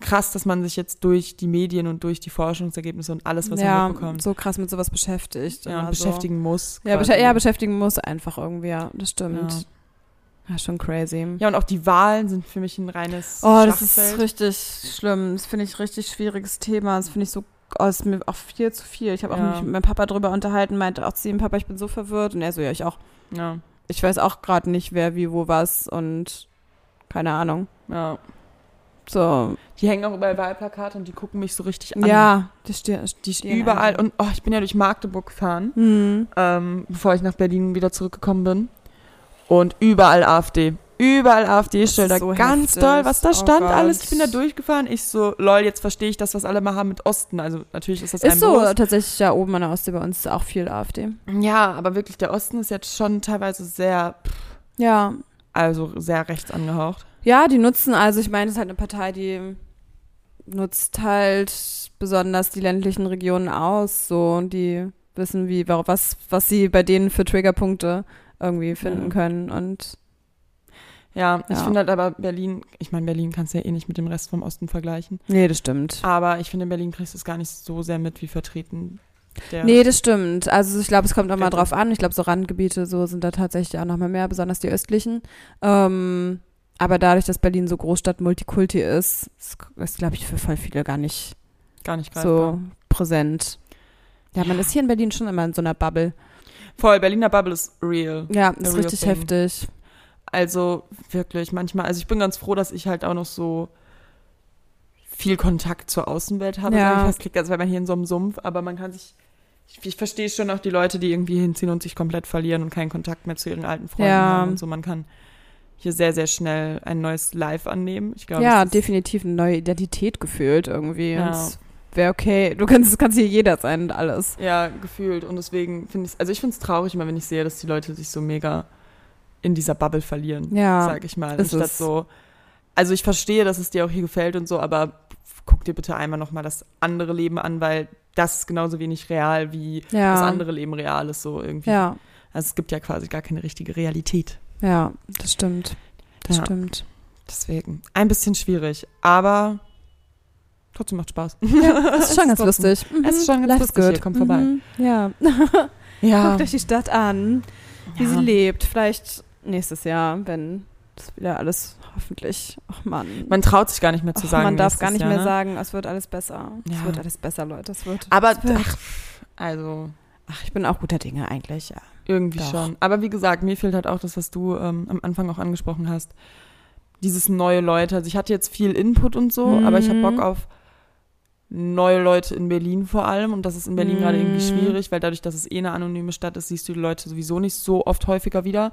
B: krass, dass man sich jetzt durch die Medien und durch die Forschungsergebnisse und alles, was
A: ja,
B: man mitbekommt,
A: so krass mit sowas beschäftigt.
B: ja, und
A: immer so.
B: beschäftigen muss.
A: Ja,
B: quasi.
A: besche ja, beschäftigen muss einfach irgendwie, ja. Das stimmt. Ja, schon crazy.
B: Ja, und auch die Wahlen sind für mich ein reines
A: Oh, das ist
B: Schachfeld.
A: richtig schlimm. Das finde ich richtig schwieriges Thema. Das finde ich so, oh, das ist mir auch viel zu viel. Ich habe auch
B: Ja.
A: mich mit meinem Papa drüber unterhalten, meinte auch zu ihm, Papa, ich bin so verwirrt. Und er so, ja, ich auch.
B: Ja,
A: ich weiß auch gerade nicht, wer wie wo was und keine Ahnung.
B: ja.
A: So,
B: Die hängen auch überall Wahlplakate und die gucken mich so richtig an.
A: ja, die stehen, die stehen
B: Überall.
A: einfach.
B: Und oh, ich bin ja durch Magdeburg gefahren,
A: Hm.
B: ähm, bevor ich nach Berlin wieder zurückgekommen bin. Und überall AfD. Überall AfD-Schilder.
A: so
B: Ganz
A: heftig.
B: toll, was da
A: Oh
B: stand
A: Gott.
B: alles. Ich bin da durchgefahren. Ich so, lol, jetzt verstehe ich das, was alle mal haben mit Osten. Also natürlich ist das ein
A: Ist so
B: bewusst.
A: tatsächlich ja oben an der Ostsee bei uns auch viel AfD.
B: Ja, aber wirklich, der Osten ist jetzt schon teilweise sehr,
A: Ja.
B: also sehr rechts angehaucht.
A: Ja, die nutzen, also ich meine, es ist halt eine Partei, die nutzt halt besonders die ländlichen Regionen aus, so und die wissen, wie, wa- was, was sie bei denen für Triggerpunkte irgendwie finden
B: Ja.
A: können und
B: Ja, ich
A: Ja.
B: finde halt aber Berlin, ich meine, Berlin kannst du ja eh nicht mit dem Rest vom Osten vergleichen.
A: Nee, das stimmt.
B: Aber ich finde, in Berlin kriegst du es gar nicht so sehr mit, wie vertreten der.
A: Nee, das stimmt. Also ich glaube, es kommt auch mal
B: Stimmt.
A: drauf an. Ich glaube, so Randgebiete so sind da tatsächlich auch nochmal mehr, besonders die östlichen. Ähm, aber dadurch, dass Berlin so Großstadt Multikulti ist, ist, ist glaube ich, für voll viele gar nicht
B: Gar nicht greifbar.
A: so präsent. Ja, man ist hier in Berlin schon immer in so einer Bubble.
B: Voll, Berliner Bubble ist real.
A: Ja, das ist
B: real
A: richtig
B: thing.
A: heftig.
B: Also wirklich manchmal. Also ich bin ganz froh, dass ich halt auch noch so viel Kontakt zur Außenwelt habe.
A: Ja.
B: Ja. Ich fast kriegt, als wäre man hier in so einem Sumpf, aber man kann sich. Ich, ich verstehe schon auch die Leute, die irgendwie hinziehen und sich komplett verlieren und keinen Kontakt mehr zu ihren alten Freunden
A: Ja.
B: haben und so. Man kann hier sehr, sehr schnell ein neues Live annehmen. Ich glaube,
A: ja,
B: es ist-
A: definitiv eine neue Identität gefühlt irgendwie.
B: Ja.
A: Ja. Wäre okay. Du kannst, es kannst hier jeder sein und alles.
B: Ja, gefühlt. Und deswegen finde ich also ich finde es traurig immer, wenn ich sehe, dass die Leute sich so mega in dieser Bubble verlieren,
A: Ja,
B: sag ich mal.
A: ist
B: Anstatt
A: es.
B: so, also ich verstehe, dass es dir auch hier gefällt und so, aber guck dir bitte einmal nochmal das andere Leben an, weil das ist genauso wenig real, wie das
A: Ja.
B: andere Leben real ist, so irgendwie.
A: Ja,
B: Also es gibt ja quasi gar keine richtige Realität.
A: ja, das stimmt. Das
B: Ja.
A: stimmt.
B: Deswegen ein bisschen schwierig, aber trotzdem macht Spaß.
A: Das ist schon ganz
B: trotzdem-
A: lustig. Mhm.
B: es ist schon ganz
A: Life
B: lustig
A: is
B: hier, kommt vorbei.
A: Mhm. Ja.
B: Ja.
A: Guckt euch die Stadt an, wie sie
B: Ja.
A: lebt. Vielleicht nächstes Jahr, wenn das wieder alles hoffentlich. Ach Mann.
B: Man traut sich gar nicht mehr zu
A: Ach,
B: sagen.
A: man darf
B: nächstes
A: gar nicht
B: Jahr,
A: mehr
B: ne?
A: sagen, es wird alles besser. Es
B: Ja. Ah.
A: wird alles besser, Leute. Es wird.
B: Aber
A: es wird.
B: ach, also
A: Ach, ich bin auch guter Dinge eigentlich. Ja.
B: Irgendwie
A: Doch.
B: schon. Aber wie gesagt, mir fehlt halt auch das, was du ähm, am Anfang auch angesprochen hast. Dieses neue Leute. Also ich hatte jetzt viel Input und so, aber ich habe
A: Mhm.
B: Bock auf neue Leute in Berlin vor allem. Und das ist in Berlin gerade irgendwie
A: Mhm.
B: schwierig, weil dadurch, dass es eh eine anonyme Stadt ist, siehst du die Leute sowieso nicht so oft häufiger wieder.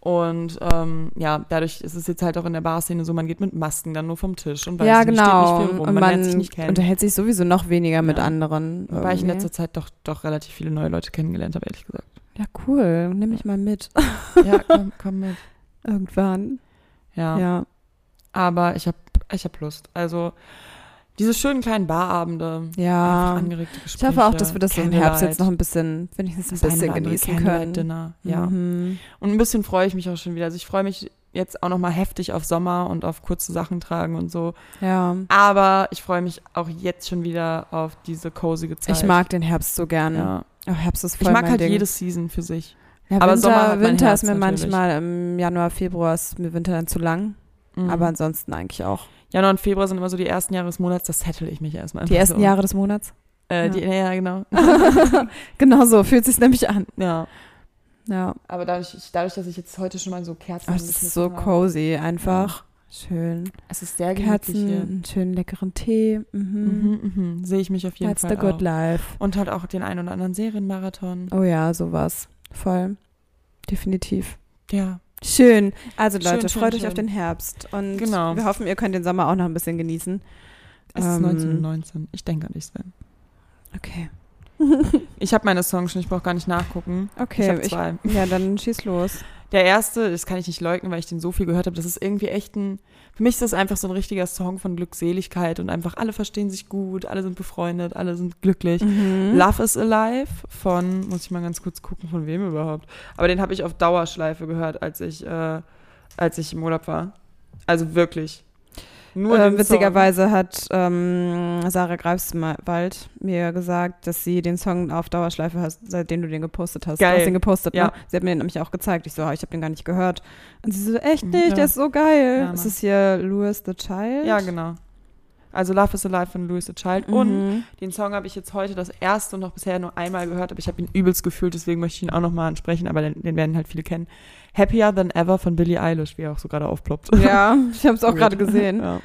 B: Und ähm, ja, dadurch ist es jetzt halt auch in der Barszene so, man geht mit Masken dann nur vom Tisch und weiß
A: ja,
B: nicht,
A: genau.
B: steht nicht viel rum,
A: und
B: man,
A: man
B: lernt sich nicht kennen.
A: unterhält sich sowieso noch weniger mit
B: Ja.
A: anderen.
B: Wobei ich in
A: irgendwie.
B: letzter Zeit doch, doch relativ viele neue Leute kennengelernt habe, ehrlich gesagt.
A: ja, cool. Nimm mich mal mit.
B: Ja, komm, komm mit.
A: Irgendwann. Ja.
B: aber ich habe ich hab Lust. Also diese schönen kleinen Barabende, einfach
A: Ja.
B: angeregte
A: Ich
B: Gespräche.
A: hoffe auch, dass wir das so im Herbst
B: Candlelight,
A: jetzt noch ein bisschen, wenigstens ein
B: das eine
A: bisschen
B: oder andere
A: genießen
B: Candlelight
A: können.
B: Dinner, ja.
A: Mhm.
B: Und ein bisschen freue ich mich auch schon wieder. Also ich freue mich jetzt auch noch mal heftig auf Sommer und auf kurze Sachen tragen und so.
A: Ja.
B: Aber ich freue mich auch jetzt schon wieder auf diese cosige Zeit.
A: Ich mag den Herbst so gerne.
B: ja.
A: Oh, Herbst ist voll
B: Ich mag
A: mein
B: halt
A: Ding.
B: jede Season für sich.
A: Ja,
B: Aber
A: Winter,
B: Sommer hat mein
A: Winter
B: Herz
A: ist mir
B: natürlich.
A: manchmal im Januar, Februar ist mir Winter dann zu lang.
B: Mhm.
A: Aber ansonsten eigentlich auch.
B: Januar und Februar sind immer so die ersten Jahre des Monats, das settle ich mich erstmal.
A: Die
B: einfach
A: ersten
B: so.
A: Jahre des Monats.
B: Äh,
A: Ja.
B: Die, ja, genau.
A: genau so fühlt sich nämlich an.
B: ja.
A: Ja.
B: Aber dadurch, ich, dadurch, dass ich jetzt heute schon mal so Kerzen
A: Aber es ist
B: angeschnitten
A: so
B: habe,
A: cozy einfach. Schön.
B: Es ist sehr gemütlich
A: Kerzen,
B: hier.
A: einen schönen leckeren Tee. Mhm.
B: Mhm, mhm. Sehe ich mich auf jeden
A: That's
B: Fall
A: the good
B: auch.
A: life.
B: Und halt auch den einen oder anderen Serienmarathon.
A: Oh ja, sowas. Voll. Definitiv.
B: Ja.
A: Schön. Also Leute,
B: Schön, schön,
A: freut euch
B: schön.
A: auf den Herbst. Und
B: Genau.
A: wir hoffen, ihr könnt den Sommer auch noch ein bisschen genießen.
B: Es
A: Ähm.
B: ist 1919. Ich denke an dich, Sven.
A: Okay.
B: Ich habe meine Songs schon, ich brauche gar nicht nachgucken. ich
A: Okay.
B: habe zwei.
A: ich, ja, dann schieß los.
B: Der erste, das kann ich nicht leugnen, weil ich den so viel gehört habe, das ist irgendwie echt ein, für mich ist das einfach so ein richtiger Song von Glückseligkeit und einfach alle verstehen sich gut, alle sind befreundet, alle sind glücklich.
A: Mhm.
B: Love is Alive von, muss ich mal ganz kurz gucken, von wem überhaupt. Aber den habe ich auf Dauerschleife gehört, als ich, äh, als ich im Urlaub war. Also wirklich. Nur
A: äh,
B: den
A: witzigerweise hat ähm, Sarah Greifswald mir gesagt, dass sie den Song auf Dauerschleife hast, seitdem du den gepostet hast. Du
B: Geil.
A: hast den gepostet,
B: Ja.
A: ne? Sie hat mir den nämlich auch gezeigt. Ich so, ah, ich habe den gar nicht gehört. Und sie so, echt
B: Mhm,
A: nicht,
B: ja.
A: der ist so geil.
B: Ja,
A: ist
B: Mann.
A: es hier Louis the Child?
B: Song. Ja, genau. Also Love is Alive von Louis the Child. Und
A: Mhm.
B: den Song habe ich jetzt heute das erste und noch bisher nur einmal gehört, aber ich habe ihn übelst gefühlt, deswegen möchte ich ihn auch nochmal ansprechen, aber den, den werden halt viele kennen. Happier Than Ever von Billie Eilish, wie er auch so gerade aufploppt.
A: Ja, ich habe es auch
B: Weird.
A: gerade gesehen.
B: Ja.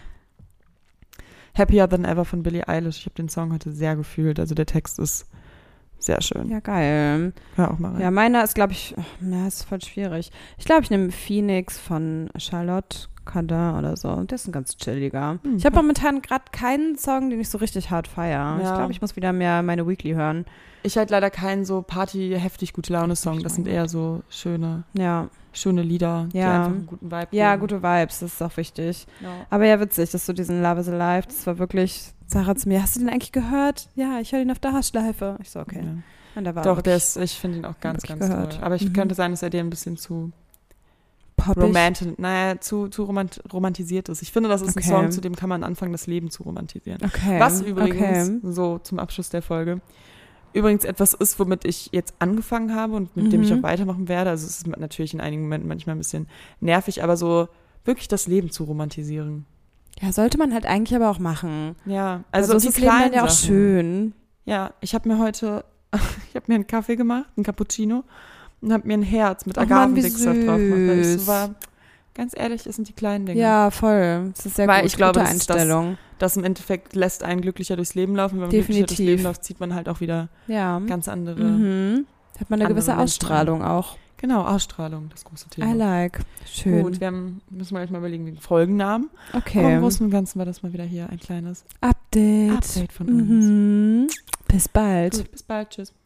B: Happier Than Ever von Billie Eilish. Ich habe den Song heute sehr gefühlt. Also der Text ist sehr schön.
A: Ja, geil.
B: Hör auch mal rein.
A: Ja, meiner ist, glaube ich, ach, na, ist voll schwierig. Ich glaube, ich nehme Phoenix von Charlotte Cadin oder so. Der ist ein ganz chilliger.
B: Hm.
A: Ich habe momentan gerade keinen Song, den ich so richtig hart feier. Ich
B: Ja.
A: glaube, ich muss wieder mehr meine Weekly hören.
B: Ich halt leider keinen so Party heftig gute Laune Song. Das sind eher so schöne,
A: Ja,
B: schöne Lieder, die
A: Ja.
B: einfach einen guten Vibe geben.
A: ja, gute Vibes, das ist auch wichtig.
B: Ja.
A: Aber ja, witzig, dass du diesen Love is Alive, das war wirklich, Sarah zu mir, hast du den eigentlich gehört? Ja, ich höre ihn auf der Haarschleife. Ich so, okay.
B: Ja.
A: Und da war
B: Doch,
A: wirklich
B: der ist, ich finde ihn auch ganz,
A: wirklich
B: ganz
A: gehört.
B: toll. Aber ich
A: Mhm.
B: könnte sein, dass er dir ein bisschen zu
A: poppig.
B: romantisch, naja, zu, zu romant romantisiert ist. Ich finde, das ist
A: Okay.
B: ein Song, zu dem kann man anfangen, das Leben zu romantisieren.
A: Okay.
B: Was übrigens,
A: Okay.
B: so zum Abschluss der Folge, übrigens etwas ist, womit ich jetzt angefangen habe und mit dem ich
A: Mhm.
B: auch weitermachen werde. Also es ist natürlich in einigen Momenten manchmal ein bisschen nervig, aber so wirklich das Leben zu romantisieren.
A: Ja, sollte man halt eigentlich aber auch machen.
B: Ja,
A: Also,
B: also,
A: also
B: die
A: ist das Leben
B: kleinen
A: dann ja auch
B: Sachen.
A: schön.
B: Ja, ich habe mir heute, Ich habe mir einen Kaffee gemacht, einen Cappuccino und habe mir ein Herz mit
A: Och Mann, wie
B: Agavendicksaft drauf gemacht. Weil ich
A: süß.
B: so war, ganz ehrlich, es sind die kleinen Dinge.
A: Ja, voll. Das ist sehr
B: Weil
A: gut.
B: ich glaube,
A: Gute
B: das ist das-
A: Einstellung.
B: Das im Endeffekt lässt einen glücklicher durchs Leben laufen. Wenn man glücklicher
A: Definitiv.
B: durchs Leben läuft, zieht man halt auch wieder
A: ja.
B: ganz andere.
A: Mhm. Hat man eine
B: andere
A: gewisse
B: Menschen.
A: Ausstrahlung auch.
B: Genau, Ausstrahlung, das große Thema.
A: I like. Schön.
B: Gut, wir haben, müssen wir gleich mal überlegen, den Folgennamen. Aber im
A: okay.
B: Großen und Ganzen war das mal wieder hier ein kleines
A: Update.
B: Update von uns.
A: Mhm. Bis bald.
B: Gut, bis bald, tschüss.